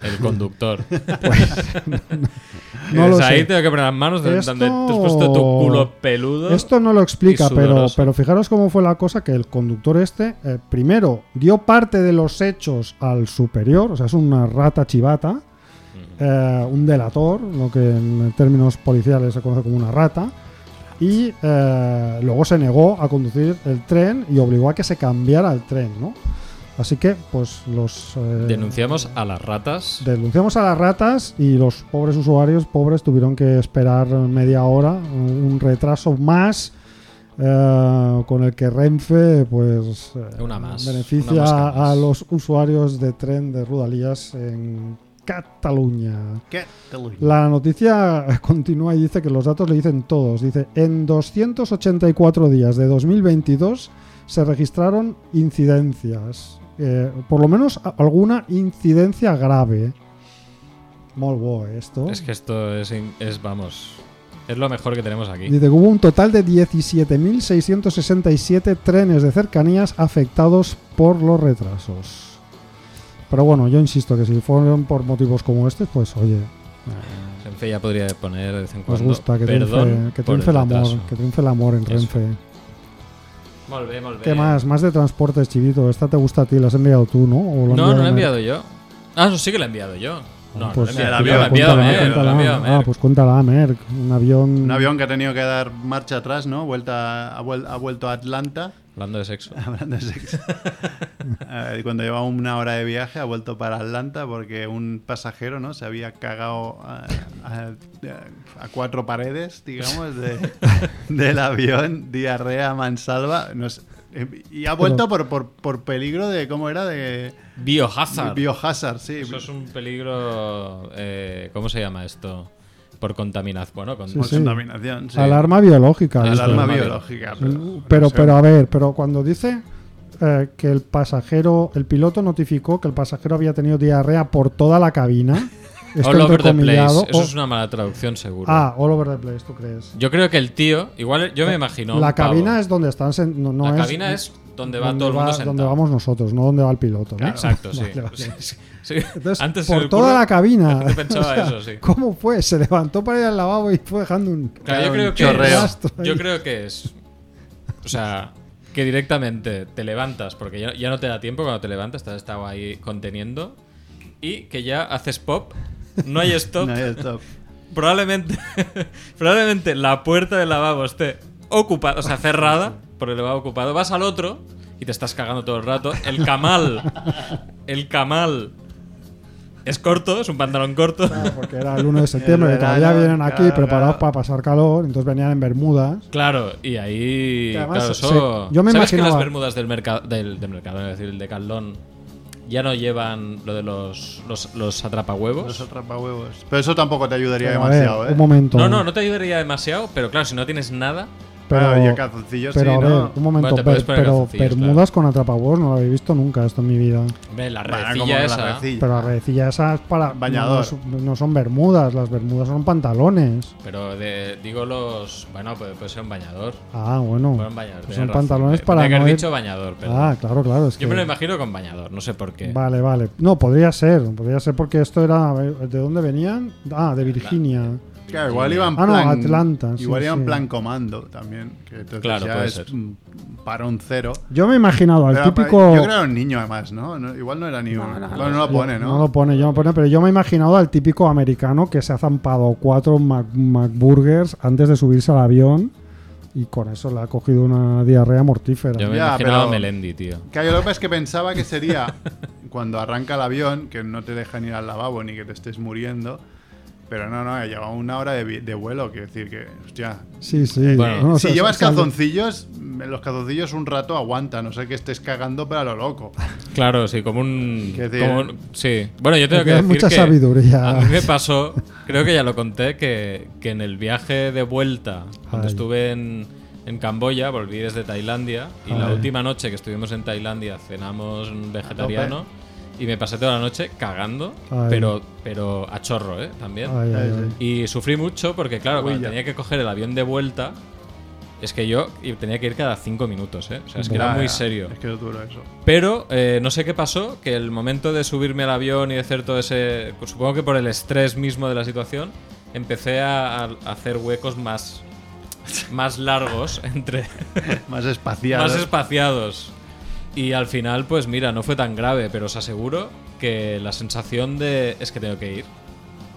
Speaker 3: el conductor.
Speaker 1: Pues, no lo
Speaker 3: Dices, ahí
Speaker 1: sé.
Speaker 3: tengo que poner las manos de- donde
Speaker 1: Esto-
Speaker 3: te has puesto tu culo peludo.
Speaker 1: Esto no lo
Speaker 3: y
Speaker 1: explica, pero,
Speaker 3: sudoroso.
Speaker 1: pero fijaros cómo fue la cosa que el conductor este, eh, primero, dio parte de los hechos al superior, o sea, es una rata chivata, eh, un delator, lo que en términos policiales se conoce como una rata, y eh, luego se negó a conducir el tren y obligó a que se cambiara el tren, ¿no? Así que, pues los... eh,
Speaker 3: Denunciamos a las ratas.
Speaker 1: Denunciamos a las ratas y los pobres usuarios pobres tuvieron que esperar media hora, un retraso más eh, con el que Renfe pues eh,
Speaker 3: Una más,
Speaker 1: beneficia
Speaker 3: una mosca más.
Speaker 1: a los usuarios de tren de Rudalías en Cataluña.
Speaker 4: ¿Qué? Te lo-
Speaker 1: La noticia <laughs> continúa y dice que los datos le dicen todos. Dice, en 284 días de 2022 se registraron incidencias. Eh, por lo menos a- alguna incidencia grave. Molt bo, eh, esto.
Speaker 3: Es que esto es, in- es, vamos, es lo mejor que tenemos aquí.
Speaker 1: Dice que hubo un total de 17.667 trenes de cercanías afectados por los retrasos. Pero bueno, yo insisto que si fueron por motivos como este, pues oye,
Speaker 3: Renfe ya podría poner de vez en
Speaker 1: nos
Speaker 3: cuando.
Speaker 1: gusta que
Speaker 3: perdón
Speaker 1: triunfe, que
Speaker 3: por
Speaker 1: triunfe el amor,
Speaker 3: retraso.
Speaker 1: que triunfe el amor en
Speaker 3: Eso.
Speaker 1: Renfe.
Speaker 3: Molt bé, molt bé.
Speaker 1: ¿Qué más? Más de transportes, chivito. Esta te gusta a ti, la has enviado tú, ¿no? ¿O la ha
Speaker 3: No, no lo he
Speaker 1: Mer?
Speaker 3: enviado yo. Ah, no, sí que lo he enviado yo. No,
Speaker 1: eh. Pues,
Speaker 3: no lo he
Speaker 4: sí,
Speaker 3: enviado, yo, lo he enviado
Speaker 1: cuéntala,
Speaker 3: Merck, lo he
Speaker 1: cuéntala.
Speaker 3: enviado
Speaker 1: Ah,
Speaker 3: Merck.
Speaker 1: pues cuéntala, Merck. Un avión.
Speaker 4: Un avión que ha tenido que dar marcha atrás, ¿no? Vuelta, ha, vuel- ha vuelto a Atlanta,
Speaker 3: Hablando de sexo.
Speaker 4: hablando
Speaker 1: <laughs>
Speaker 4: de sexo. Eh, cuando llevaba una hora de viaje, ha vuelto para Atlanta porque un pasajero, ¿no? Se había cagado a, a- eh, a cuatro paredes, digamos,
Speaker 1: <laughs>
Speaker 4: de- del avión, diarrea, mansalva. No sé. Eh, y ha vuelto por, por, por peligro de, ¿cómo era? De
Speaker 3: Biohazard.
Speaker 4: biohazard, sí.
Speaker 3: Eso es un peligro. eh, ¿Cómo se llama esto? Por contaminación. Bueno, con-
Speaker 1: Sí, sí.
Speaker 4: Contaminación, sí.
Speaker 1: Alarma biológica. dice.
Speaker 4: Alarma
Speaker 3: Alarma
Speaker 4: biológica.
Speaker 1: Pero,
Speaker 4: no sé.
Speaker 1: pero a ver, pero cuando dice eh, que el pasajero, el piloto notificó que el pasajero había tenido diarrea por toda la
Speaker 3: <laughs>
Speaker 1: cabina. esto
Speaker 3: all over the place.
Speaker 1: entrecomillado,
Speaker 3: Eso
Speaker 1: o-
Speaker 3: es una mala traducción, seguro.
Speaker 1: Ah, all over the place, ¿tú crees?
Speaker 3: Yo creo que el tío. Igual yo me imagino.
Speaker 1: la
Speaker 3: un pavo.
Speaker 1: cabina es donde están. sen- No, no
Speaker 3: la
Speaker 1: es,
Speaker 3: cabina es donde va
Speaker 1: donde
Speaker 3: todo el mundo
Speaker 1: va-
Speaker 3: sentado.
Speaker 1: Donde vamos nosotros, no donde va el piloto. ¿no?
Speaker 3: Exacto, sí.
Speaker 1: Vale, vale.
Speaker 3: <laughs> Sí, sí.
Speaker 1: Entonces,
Speaker 3: Antes se
Speaker 1: por
Speaker 3: me
Speaker 1: toda
Speaker 3: ocurre-
Speaker 1: la
Speaker 3: <laughs>
Speaker 1: cabina.
Speaker 3: Yo pensaba
Speaker 1: O sea,
Speaker 3: eso, sí.
Speaker 1: ¿Cómo fue? Se levantó para ir al lavabo y fue dejando un.
Speaker 3: Claro, yo
Speaker 4: Un
Speaker 3: creo que
Speaker 4: chorreo.
Speaker 3: es- yo creo que es. O sea, que directamente te levantas, porque ya, ya no te da tiempo cuando te levantas, estás estado ahí conteniendo. Y que ya haces pop, no hay stop.
Speaker 4: No, stop.
Speaker 3: Probablemente, <laughs> probablemente la puerta del lavabo esté ocupada, o sea, cerrada, por el lavabo ocupado. Vas al otro y te estás cagando todo el rato. El camal. El camal. Es corto, es un pantalón corto.
Speaker 1: Claro, porque era el 1 de septiembre,
Speaker 4: El
Speaker 1: que todavía
Speaker 4: verano,
Speaker 1: vienen aquí
Speaker 4: claro,
Speaker 1: preparados
Speaker 4: claro.
Speaker 1: para pasar calor, entonces venían en Bermudas.
Speaker 3: Claro, y ahí.
Speaker 1: Que además
Speaker 3: claro,
Speaker 1: se-
Speaker 3: eso-
Speaker 1: se- yo me
Speaker 3: ¿Sabes que las
Speaker 1: imaginaba-
Speaker 3: bermudas del, mercado del, del mercado, es decir, el de Caldón, ya no llevan lo de los, los, los
Speaker 4: Los
Speaker 3: atrapahuevos?
Speaker 4: atrapahuevos. Pero eso tampoco te ayudaría
Speaker 1: Pero, a ver,
Speaker 4: demasiado, ¿eh?
Speaker 1: Un momento.
Speaker 3: No, no, no te ayudaría demasiado, pero claro, si no tienes nada.
Speaker 1: Pero,
Speaker 4: Ah, y calzoncillos,
Speaker 1: pero
Speaker 4: sí,
Speaker 1: a ver,
Speaker 4: ¿no?
Speaker 1: un momento.
Speaker 3: Bueno, te puedes
Speaker 1: Ber-
Speaker 3: poner
Speaker 1: pero
Speaker 3: calzoncillos,
Speaker 1: Bermudas con atrapahuevos no lo había visto nunca esto en mi vida.
Speaker 3: Hombre, la
Speaker 4: Bueno,
Speaker 3: redecilla
Speaker 4: como la
Speaker 3: esa.
Speaker 4: redecilla.
Speaker 1: Pero las redecillas esas para.
Speaker 4: Bañador.
Speaker 1: No, son- no son Bermudas, las Bermudas son pantalones.
Speaker 3: Pero de- digo los. Bueno, puede, puede ser un bañador.
Speaker 1: Ah, bueno.
Speaker 3: Bueno, un bañador.
Speaker 1: Pues
Speaker 3: tienes
Speaker 1: son
Speaker 3: razón.
Speaker 1: pantalones
Speaker 3: Tenía
Speaker 1: para
Speaker 3: que haber
Speaker 1: no ir-
Speaker 3: dicho bañador, pero.
Speaker 1: Ah, claro, claro. es
Speaker 3: yo
Speaker 1: que-
Speaker 3: me lo imagino con bañador, no sé por qué.
Speaker 1: Vale, vale. No, podría ser. Podría ser porque esto era. a ver, ¿De dónde venían? Ah, de Virginia.
Speaker 4: Claro, igual iban
Speaker 1: Ah, no,
Speaker 4: plan,
Speaker 1: Atlanta, sí,
Speaker 4: igual iban
Speaker 1: sí.
Speaker 4: plan comando también. Que entonces
Speaker 3: Claro,
Speaker 4: ya
Speaker 3: puede
Speaker 4: es
Speaker 3: ser.
Speaker 4: un parón cero.
Speaker 1: Yo me he imaginado al
Speaker 4: Pero,
Speaker 1: típico.
Speaker 4: Yo creo que era un niño además, ¿no? No, Igual no era ni un. bueno, no lo pone, ¿no?
Speaker 1: No lo pone, yo no lo pone, pero yo me he imaginado al típico americano que se ha zampado cuatro Mac- McBurgers antes de subirse al avión y con eso le ha cogido una diarrea mortífera.
Speaker 3: Yo me he
Speaker 4: Ya,
Speaker 3: imaginaba
Speaker 4: pero-
Speaker 3: Melendi, tío.
Speaker 4: Claro, yo lo que pasa es que pensaba que sería <laughs> cuando arranca el avión, que no te dejan ir al lavabo ni que te estés muriendo. Pero no, no, lleva una hora de, vi- de vuelo, quiero decir que, hostia.
Speaker 1: Sí, sí.
Speaker 3: Bueno,
Speaker 1: no, o
Speaker 4: si
Speaker 1: sea,
Speaker 4: llevas
Speaker 1: sal-
Speaker 4: calzoncillos, mm, los calzoncillos un rato aguantan, no sé que estés cagando pero a lo loco.
Speaker 3: Claro, sí, como un.
Speaker 4: Quiero decir-
Speaker 3: como un- sí. Bueno, yo tengo
Speaker 1: Porque
Speaker 3: que
Speaker 1: hay
Speaker 3: decir.
Speaker 1: mucha
Speaker 3: que
Speaker 1: sabiduría.
Speaker 3: A mí me pasó, creo que ya lo conté, que, que en el viaje de vuelta, cuando
Speaker 1: Ay.
Speaker 3: estuve en, en Camboya, volví desde Tailandia, y la
Speaker 1: Ay.
Speaker 3: última noche que estuvimos en Tailandia cenamos vegetariano. Y me pasé toda la noche cagando,
Speaker 1: Ay.
Speaker 3: pero, pero a chorro, ¿eh? También.
Speaker 1: Ay, ay, ay.
Speaker 3: Y sufrí mucho porque, claro,
Speaker 4: Uy,
Speaker 3: cuando
Speaker 4: ya.
Speaker 3: tenía que coger el avión de vuelta, es que yo y tenía que ir cada cinco minutos, ¿eh? O sea, es que
Speaker 4: Ya,
Speaker 3: era muy
Speaker 4: ya,
Speaker 3: serio.
Speaker 4: Es que es duro eso.
Speaker 3: Pero eh, no sé qué pasó, que el momento de subirme al avión y de hacer todo ese... Supongo que por el estrés mismo de la situación, empecé a, a hacer huecos
Speaker 4: <laughs>
Speaker 3: más, más largos, entre
Speaker 4: Más espacial.
Speaker 3: más espaciados. Y al final, pues mira, no fue tan grave, pero os aseguro que la sensación de es que tengo que ir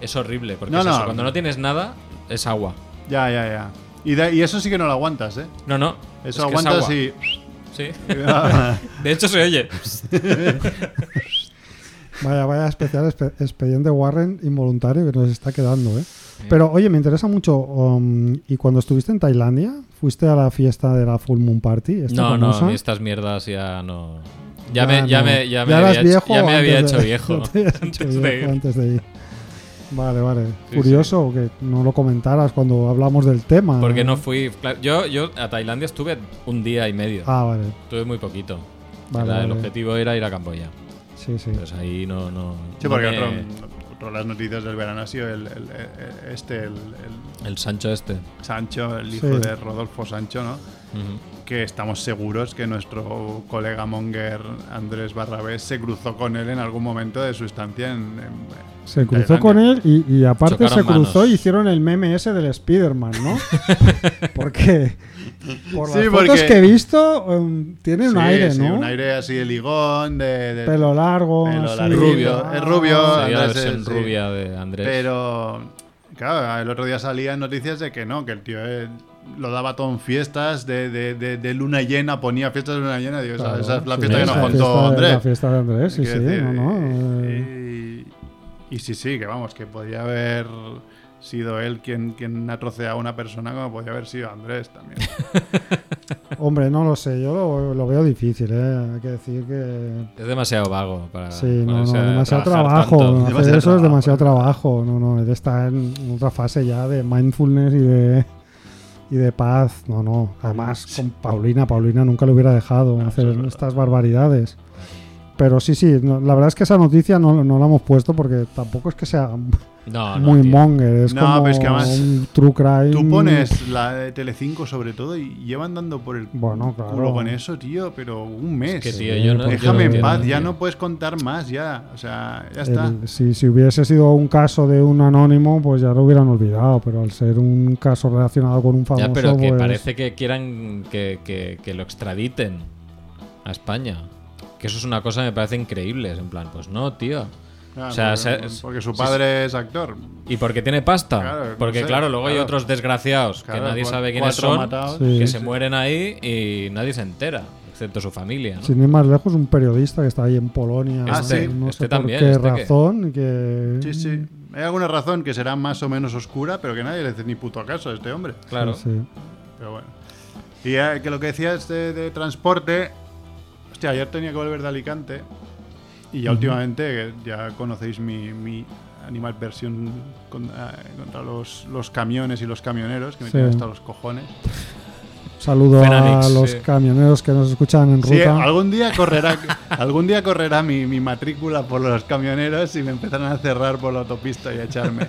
Speaker 3: es horrible, porque
Speaker 4: No,
Speaker 3: es
Speaker 4: no.
Speaker 3: eso, cuando no tienes nada, es agua.
Speaker 4: Ya, ya, ya. Y, da- y eso sí que no lo aguantas, ¿eh?
Speaker 3: No, no. es
Speaker 4: Eso
Speaker 3: que es
Speaker 4: aguantas
Speaker 3: agua. <laughs>
Speaker 4: y.
Speaker 3: Sí. De hecho, se oye.
Speaker 1: Vaya, vaya especial espe- expediente Warren involuntario que nos está quedando, ¿eh? Pero oye, me interesa mucho. um, ¿Y cuando estuviste en Tailandia? ¿Fuiste a la fiesta de la Full Moon Party? esta
Speaker 3: No, no,
Speaker 1: famosa?
Speaker 3: a mí estas mierdas ya no. Ya,
Speaker 1: Ya
Speaker 3: me, ya
Speaker 1: no.
Speaker 3: me, ya me
Speaker 1: ¿Ya eras
Speaker 3: había, hecho,
Speaker 1: viejo
Speaker 3: ya me
Speaker 1: o <laughs>
Speaker 3: había
Speaker 1: antes
Speaker 3: hecho
Speaker 1: de-
Speaker 3: viejo.
Speaker 1: ya te habías hecho
Speaker 3: <laughs> antes de
Speaker 1: viejo
Speaker 3: ir.
Speaker 1: antes de ir. Vale, vale.
Speaker 3: Sí,
Speaker 1: Curioso que no lo comentaras cuando hablamos del tema. ¿eh?
Speaker 3: Porque no fui. claro, Yo, yo a Tailandia estuve un día y medio.
Speaker 1: Ah, vale.
Speaker 3: Estuve muy poquito.
Speaker 1: Vale,
Speaker 3: La- El
Speaker 1: vale.
Speaker 3: objetivo era ir a Camboya.
Speaker 1: Sí, sí.
Speaker 3: Entonces ahí no. no
Speaker 4: Sí,
Speaker 3: no
Speaker 4: porque
Speaker 3: me-
Speaker 4: otro, otro de las noticias del verano ha sido el, el- el- este, el, el
Speaker 3: El Sancho este.
Speaker 4: Sancho, el hijo
Speaker 1: Sí.
Speaker 4: de Rodolfo Sancho, ¿no?
Speaker 3: Ujú.
Speaker 4: Que estamos seguros que nuestro colega monger Andrés Barrabés se cruzó con él en algún momento de su estancia en. en-
Speaker 1: Se
Speaker 4: en
Speaker 1: cruzó
Speaker 4: Tailandia.
Speaker 1: con él y, y aparte
Speaker 3: Chocaron
Speaker 1: se cruzó
Speaker 3: manos.
Speaker 1: y hicieron el meme ese del Spider-Man,
Speaker 4: <laughs>
Speaker 1: ¿no? porque por las
Speaker 4: Sí,
Speaker 1: fotos
Speaker 4: porque-
Speaker 1: que he visto em, tiene un
Speaker 4: Sí,
Speaker 1: aire,
Speaker 4: sí,
Speaker 1: ¿no?
Speaker 4: un aire así de ligón, de. de-
Speaker 1: Pelo largo,
Speaker 4: Pelo
Speaker 1: así.
Speaker 4: largo.
Speaker 3: Rubio.
Speaker 1: Ah,
Speaker 4: Es rubio.
Speaker 3: Sería la
Speaker 4: Andrés,
Speaker 3: versión
Speaker 4: sí.
Speaker 3: rubia de Andrés.
Speaker 4: Pero, claro, el otro día salían noticias de que no, que el tío eh, lo daba todo en fiestas de, de- de- de luna llena, ponía fiestas de luna llena. Digo, esa-
Speaker 1: claro,
Speaker 4: esa es la
Speaker 1: sí,
Speaker 4: fiesta que
Speaker 1: es
Speaker 4: nos
Speaker 3: esa
Speaker 1: la
Speaker 4: contó
Speaker 1: fiesta-
Speaker 4: Andrés.
Speaker 1: La fiesta de Andrés, sí, sí.
Speaker 4: Quiero decir,
Speaker 1: no, no, eh,
Speaker 4: eh, Y, y sí, sí, que vamos, que podía haber sido él quien, quien ha troceado a una persona como podía haber sido Andrés
Speaker 1: <laughs>
Speaker 4: también.
Speaker 1: Hombre, no lo sé, yo lo, lo veo difícil, ¿eh? Hay que decir que...
Speaker 3: Es demasiado vago para.
Speaker 1: Sí, no, no,
Speaker 3: ponerse a
Speaker 1: demasiado
Speaker 3: trabajar
Speaker 1: trabajo.
Speaker 3: tanto.
Speaker 1: Hacer eso
Speaker 4: Demasiado
Speaker 1: es
Speaker 4: trabajo.
Speaker 1: demasiado trabajo. No, no, él está en otra fase ya de mindfulness y de, y de paz. No, no. Además, con Paulina, Paulina nunca le hubiera dejado hacer estas barbaridades. Pero sí, sí, no, la verdad es que esa noticia no, no la hemos puesto porque tampoco es que sea
Speaker 3: Ah, No,
Speaker 1: <laughs>
Speaker 3: no,
Speaker 1: muy
Speaker 3: tío.
Speaker 1: monger. Es
Speaker 4: No,
Speaker 1: como
Speaker 4: pero es que además
Speaker 1: un true crime.
Speaker 4: Tú pones la de Telecinco sobre todo y llevan dando por el
Speaker 1: Bueno, claro.
Speaker 4: culo con eso, tío, pero un mes.
Speaker 3: Que tío, yo no- yo no
Speaker 4: Pues Déjame en
Speaker 3: entiendo,
Speaker 4: paz, ya
Speaker 3: tío.
Speaker 4: no puedes contar más, ya. O sea, ya
Speaker 1: El-
Speaker 4: está.
Speaker 1: si, si hubiese sido un caso de un anónimo, pues ya lo hubieran olvidado, pero al ser un caso relacionado con un famoso,
Speaker 3: Ya, pero que
Speaker 1: pues,
Speaker 3: parece que quieran que, que- que lo extraditen a España. Que eso es una cosa que me parece increíble. es En plan, pues no, tío.
Speaker 4: Claro,
Speaker 3: o sea,
Speaker 4: porque,
Speaker 3: se-
Speaker 4: Ah, pues, porque su
Speaker 3: sí,
Speaker 4: padre es actor.
Speaker 3: ¿Y porque tiene pasta?
Speaker 4: Claro, no
Speaker 3: porque,
Speaker 4: sé,
Speaker 3: claro, luego hay
Speaker 4: claro.
Speaker 3: otros desgraciados
Speaker 4: Claro,
Speaker 3: que nadie
Speaker 4: cua-
Speaker 3: sabe quiénes
Speaker 4: cuatro
Speaker 3: son,
Speaker 4: matados.
Speaker 1: Sí.
Speaker 3: que se mueren ahí y nadie se entera. excepto su familia. ¿no?
Speaker 1: Sin ir más lejos, un periodista que está ahí en Polonia,
Speaker 4: Ah, sí.
Speaker 1: no sé
Speaker 3: Este
Speaker 1: por
Speaker 3: también,
Speaker 1: qué
Speaker 3: este que-
Speaker 1: razón, que...
Speaker 4: Sí, sí. Hay alguna razón que será más o menos oscura, pero que nadie le hace ni puto caso a este hombre.
Speaker 3: Claro.
Speaker 1: Sí.
Speaker 4: Pero bueno. Y eh, que lo que decías de, de transporte. Hostia, ayer tenía que volver de Alicante. Y ya últimamente, eh, ya conocéis mi, mi animal versión con- eh, contra los, los camiones y los camioneros, que me
Speaker 1: Sí.
Speaker 4: tienen hasta los cojones.
Speaker 1: Saludo
Speaker 3: Fenalix,
Speaker 1: a los
Speaker 3: sí.
Speaker 1: camioneros que nos escuchan en
Speaker 4: Sí, eh,
Speaker 1: ruta.
Speaker 4: algún día correrá, algún día correrá mi, mi matrícula por los camioneros y me empezarán a cerrar por la autopista y a echarme.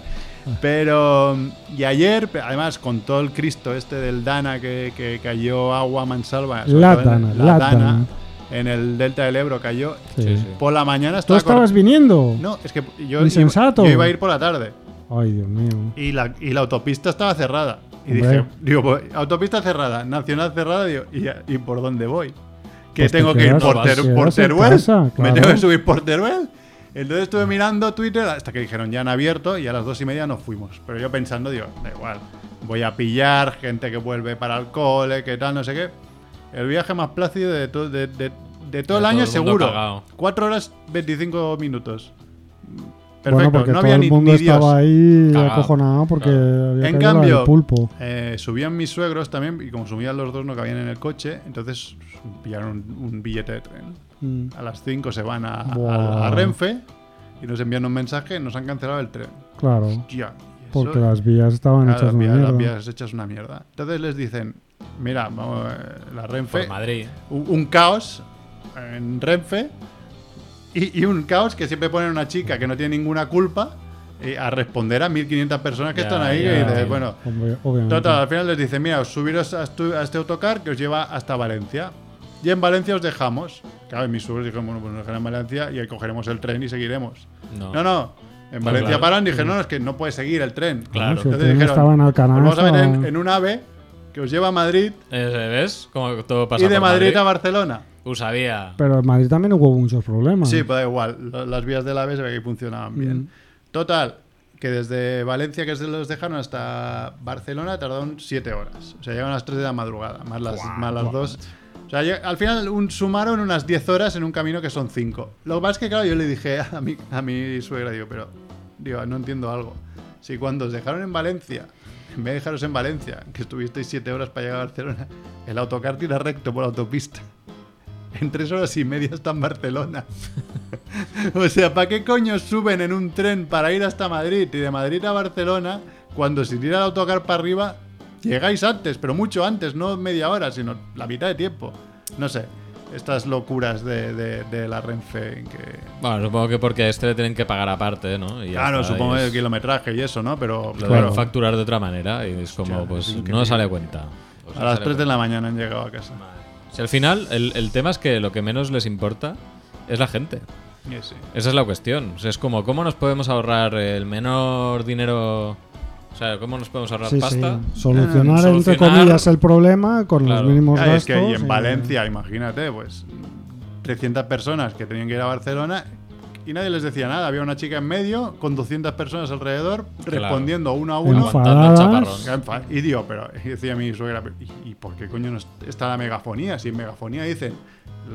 Speaker 4: Pero, y ayer, pe- además, con todo el Cristo este del Dana que, que cayó agua a mansalva, sobre
Speaker 1: La
Speaker 4: todo en-
Speaker 1: Dana, la Dana.
Speaker 4: en el delta del Ebro cayó.
Speaker 1: Sí.
Speaker 3: Sí, sí.
Speaker 4: Por la mañana
Speaker 1: ¿Tú
Speaker 4: estaba. cor-
Speaker 1: estabas viniendo?
Speaker 4: No, es que yo iba,
Speaker 1: Insensato.
Speaker 4: yo iba a ir por la tarde
Speaker 1: Ay, Dios mío.
Speaker 4: y la, y la autopista estaba cerrada. Y
Speaker 1: Hombre.
Speaker 4: dije, digo, pues, autopista cerrada, nacional cerrada, digo, ¿y, y por dónde voy? Que
Speaker 1: Pues te
Speaker 4: tengo que
Speaker 1: quedas-
Speaker 4: ir por,
Speaker 1: no
Speaker 4: Ter-
Speaker 1: vas. Quedas
Speaker 4: por
Speaker 1: en
Speaker 4: Teruel.
Speaker 1: casa,
Speaker 4: <laughs> Me
Speaker 1: claro.
Speaker 4: tengo que subir por Teruel. Entonces estuve mirando Twitter hasta que dijeron ya han abierto y a las dos y media nos fuimos. Pero yo pensando, digo, da igual, voy a pillar gente que vuelve para el cole, que tal, no sé qué. El viaje más plácido de, to- de- de- de todo
Speaker 3: De
Speaker 4: el año,
Speaker 3: todo el mundo
Speaker 4: seguro.
Speaker 3: cagao.
Speaker 4: 4 horas 25 minutos.
Speaker 1: bueno,
Speaker 4: Perfecto,
Speaker 1: porque
Speaker 4: no
Speaker 1: todo
Speaker 4: había
Speaker 1: el
Speaker 4: ni,
Speaker 1: mundo
Speaker 4: ni Dios.
Speaker 1: estaba ahí
Speaker 3: Cagao,
Speaker 1: acojonado porque había
Speaker 4: En
Speaker 1: caído la del
Speaker 4: cambio,
Speaker 1: pulpo.
Speaker 4: eh, subían mis suegros también y como subían los dos no cabían en el coche, entonces pillaron un, un billete de tren.
Speaker 1: Mm.
Speaker 4: A las 5 se van a, a-
Speaker 1: Buah.
Speaker 4: a Renfe y nos envían un mensaje, nos han cancelado el tren.
Speaker 1: Claro,
Speaker 4: Ya.
Speaker 1: porque las vías estaban hechas
Speaker 4: las
Speaker 1: de
Speaker 4: vías,
Speaker 1: mierda.
Speaker 4: las vías hechas una mierda. Entonces les dicen, mira, vamos, eh, la Renfe,
Speaker 3: Por Pues Madrid.
Speaker 4: un, un caos en Renfe y, y un caos que siempre ponen una chica que no tiene ninguna culpa eh, a responder a 1.500 personas que
Speaker 3: Ya,
Speaker 4: están ahí
Speaker 3: ya,
Speaker 4: y dices,
Speaker 3: ya.
Speaker 4: bueno,
Speaker 1: Hombe- obviamente.
Speaker 4: Total, al final les dice, mira, os subiros a, estu- a este autocar que os lleva hasta Valencia. Y en Valencia os dejamos. Claro, y mis suegros dijeron, bueno, pues nos dejan en Valencia y ahí cogeremos el tren y seguiremos.
Speaker 3: No.
Speaker 4: No, no. En Valencia
Speaker 3: claro.
Speaker 4: paran y dijeron, no, no, es que no puede seguir el tren.
Speaker 3: Claro.
Speaker 1: Si el
Speaker 4: Entonces
Speaker 1: tren
Speaker 4: dijeron,
Speaker 1: estaba en Alcanar,
Speaker 4: "Pues vamos a meter en,
Speaker 1: estaba-
Speaker 4: en un AVE que os lleva a Madrid
Speaker 3: Eh, ¿Ves? Como todo pasa
Speaker 4: y de
Speaker 3: por
Speaker 4: Madrid,
Speaker 3: Madrid.
Speaker 4: a Barcelona.
Speaker 3: Usabía.
Speaker 1: Pero en Madrid también hubo muchos problemas.
Speaker 4: Sí, pero da igual. lo- Las vías del AVE se ve que funcionaban bien.
Speaker 1: Mm.
Speaker 4: Total, que desde Valencia, que es de los dejaron, hasta Barcelona tardaron 7 horas. O sea, llegaron a las 3 de la madrugada, más las, más las 2. O sea, lle- al final un, sumaron unas 10 horas en un camino que son 5. Lo que pasa es que, claro, yo le dije <laughs> a mi, a mi suegra, digo, pero, digo, no entiendo algo. Si cuando os dejaron en Valencia, en vez de dejaros en Valencia, que estuvisteis 7 horas para llegar a Barcelona, el autocar tira recto por la autopista. En tres horas y media está en Barcelona. <laughs> o sea, ¿para qué coño suben en un tren para ir hasta Madrid y de Madrid a Barcelona cuando si tira el autocar para arriba llegáis antes, pero mucho antes, no media hora, sino la mitad de tiempo? No sé, estas locuras de, de- de la Renfe en que...
Speaker 3: Bueno, supongo que porque a este le tienen que pagar aparte, ¿no? Y ya
Speaker 4: Claro,
Speaker 3: está,
Speaker 4: supongo
Speaker 3: y
Speaker 4: que
Speaker 3: es-
Speaker 4: el kilometraje y eso, ¿no? Pero
Speaker 3: Lo
Speaker 4: claro,
Speaker 3: deben facturar de otra manera y es como,
Speaker 4: Hostia, es
Speaker 3: pues
Speaker 4: increíble.
Speaker 3: no sale a cuenta. Pues no
Speaker 4: a las
Speaker 3: sale
Speaker 4: 3 de
Speaker 3: cuenta.
Speaker 4: la mañana han llegado a casa.
Speaker 3: Si al final, el, el tema es que lo que menos les importa es la gente.
Speaker 4: Y sí.
Speaker 3: Esa es la cuestión. O sea, es como, ¿cómo nos podemos ahorrar el menor dinero? O sea, ¿cómo nos podemos ahorrar
Speaker 1: Sí, sí.
Speaker 3: pasta?
Speaker 1: Solucionar,
Speaker 3: Ah,
Speaker 1: entre
Speaker 3: solucionar-
Speaker 1: comillas, el problema con
Speaker 3: Claro.
Speaker 1: los mínimos
Speaker 4: Ah, es
Speaker 1: gastos. eh,
Speaker 4: que y en
Speaker 1: y-
Speaker 4: Valencia, imagínate, pues 300 personas que tenían que ir a Barcelona y nadie les decía nada. Había una chica en medio con 200 personas alrededor
Speaker 3: Claro.
Speaker 4: respondiendo uno a uno.
Speaker 3: Enfadadas.
Speaker 1: enfadadas.
Speaker 4: Qué enfa- Y digo, pero y decía mi suegra, pero, ¿y, y por qué coño no est- está la megafonía? Si en megafonía dicen,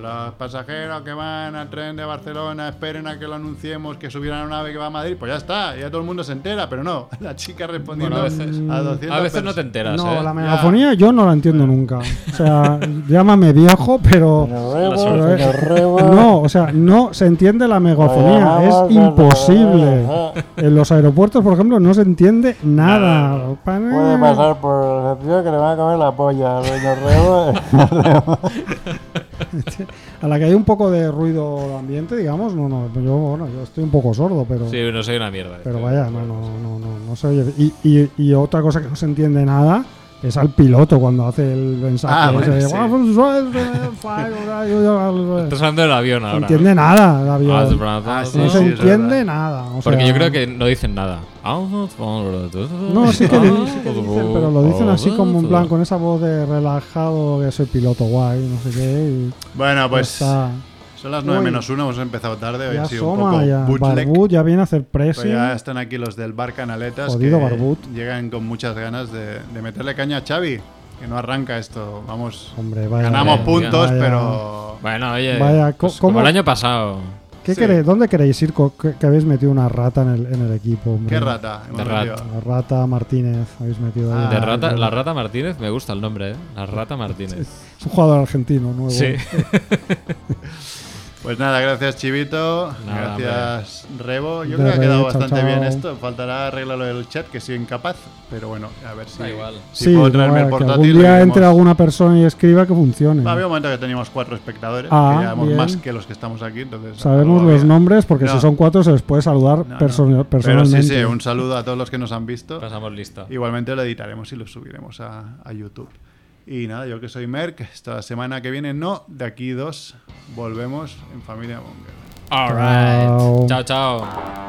Speaker 4: los pasajeros que van al tren de Barcelona esperen a que lo anunciemos, que subieran a una ave que va a Madrid, pues ya está, ya todo el mundo se entera, pero no, <laughs> la chica respondiendo
Speaker 3: Bueno, a veces-
Speaker 4: a 200
Speaker 3: A veces no
Speaker 4: personas.
Speaker 3: te enteras,
Speaker 1: No,
Speaker 3: ¿eh?
Speaker 1: la megafonía yo no la entiendo nunca. O sea, llámame viejo,
Speaker 8: <laughs>
Speaker 1: pero. pero es- no, o sea, no se entiende la megafonía.
Speaker 8: <laughs>
Speaker 1: Es imposible. En los aeropuertos, por ejemplo, no se entiende nada.
Speaker 8: Puede pasar por el tío que le van a comer la polla, doña Rebo.
Speaker 1: A la que hay un poco de ruido ambiente, digamos, no, no. Yo, bueno, yo estoy un poco sordo, pero.
Speaker 3: Sí, no soy una mierda. ¿eh?
Speaker 1: Pero
Speaker 3: Sí.
Speaker 1: vaya, no, no, no, no, no se oye. Y, y- y otra cosa que no se entiende nada es al piloto cuando hace el mensaje.
Speaker 4: Ah,
Speaker 1: ese
Speaker 4: bueno,
Speaker 1: de,
Speaker 4: sí.
Speaker 1: "Guau, pues, suave, suave,
Speaker 4: <laughs>
Speaker 1: suave, suave, suave".
Speaker 3: Estás hablando del avión
Speaker 1: No
Speaker 3: ahora.
Speaker 1: entiende nada el avión.
Speaker 3: Ah, es verdad.
Speaker 4: Ah, sí,
Speaker 1: No se
Speaker 4: sí, es
Speaker 1: entiende
Speaker 4: verdad.
Speaker 1: nada. o
Speaker 3: Porque
Speaker 1: sea,
Speaker 3: yo creo que no dicen nada. Ah,
Speaker 1: No,
Speaker 3: No,
Speaker 4: Ah,
Speaker 1: sí que, lo- sí que lo dicen, pero lo dicen así como en plan, con esa voz de relajado, que soy piloto guay, no sé qué. y
Speaker 4: Bueno, pues...
Speaker 1: ya está.
Speaker 4: Son las 9
Speaker 1: Uy.
Speaker 4: menos 1, hemos empezado tarde, hoy
Speaker 1: Ya
Speaker 4: ha sido un
Speaker 1: asoma,
Speaker 4: poco
Speaker 1: ya.
Speaker 4: bootleg.
Speaker 1: Barbut ya viene a hacer
Speaker 4: pero
Speaker 1: pressing.
Speaker 4: ya están aquí los del bar Canaletas
Speaker 1: Jodido
Speaker 4: que
Speaker 1: Barbut.
Speaker 4: llegan con muchas ganas de, de meterle caña a Xavi. que no arranca esto. Vamos,
Speaker 1: Hombre, vaya.
Speaker 4: ganamos
Speaker 3: vaya,
Speaker 4: puntos,
Speaker 1: vaya.
Speaker 4: pero.
Speaker 3: Bueno, oye,
Speaker 1: Vaya,
Speaker 3: pues
Speaker 1: co-
Speaker 3: como
Speaker 1: ¿cómo?
Speaker 3: el año pasado.
Speaker 1: ¿Qué
Speaker 4: Sí.
Speaker 1: queréis- ¿Dónde queréis ir? co- Que, que habéis metido una rata en el, en el equipo. hombre?
Speaker 4: ¿Qué rata? hemos
Speaker 3: De rata.
Speaker 4: metido?
Speaker 1: La rata Martínez habéis metido ahí.
Speaker 4: Ah,
Speaker 3: De rata,
Speaker 1: Ahí.
Speaker 3: la Rata Martínez, me gusta el nombre, ¿eh? La Rata Martínez.
Speaker 1: Es un jugador argentino nuevo.
Speaker 3: Sí. <laughs>
Speaker 4: Pues nada, gracias Chivito,
Speaker 3: Nada,
Speaker 4: gracias Rebo. Yo
Speaker 1: De
Speaker 4: creo que ha quedado
Speaker 1: rey, chao,
Speaker 4: bastante
Speaker 1: chao.
Speaker 4: bien esto. Faltará arreglarlo del chat, que soy incapaz, pero bueno, a ver si.
Speaker 3: Da igual.
Speaker 4: Si puedo traerme
Speaker 1: no,
Speaker 4: el
Speaker 1: que
Speaker 4: portátil.
Speaker 1: algún
Speaker 4: lo
Speaker 1: día
Speaker 4: iremos-
Speaker 1: entre alguna persona y escriba que funcione.
Speaker 4: Había un momento que teníamos cuatro espectadores,
Speaker 1: Mm. Ah,
Speaker 4: que éramos
Speaker 1: bien.
Speaker 4: más que los que estamos aquí, entonces.
Speaker 1: Sabemos
Speaker 4: algo
Speaker 1: los
Speaker 4: había.
Speaker 1: nombres porque
Speaker 4: No,
Speaker 1: si son cuatro se les puede saludar
Speaker 4: no, no.
Speaker 1: perso-
Speaker 4: Pero
Speaker 1: personalmente.
Speaker 4: sí, sí, un saludo a todos los que nos han visto.
Speaker 3: Pasamos lista.
Speaker 4: Igualmente lo editaremos y lo subiremos a, a YouTube. Y nada, yo que soy Merck, esta semana que viene no, de aquí dos volvemos en Familia Monger.
Speaker 3: All
Speaker 1: Chao.
Speaker 3: right. Chao, chao.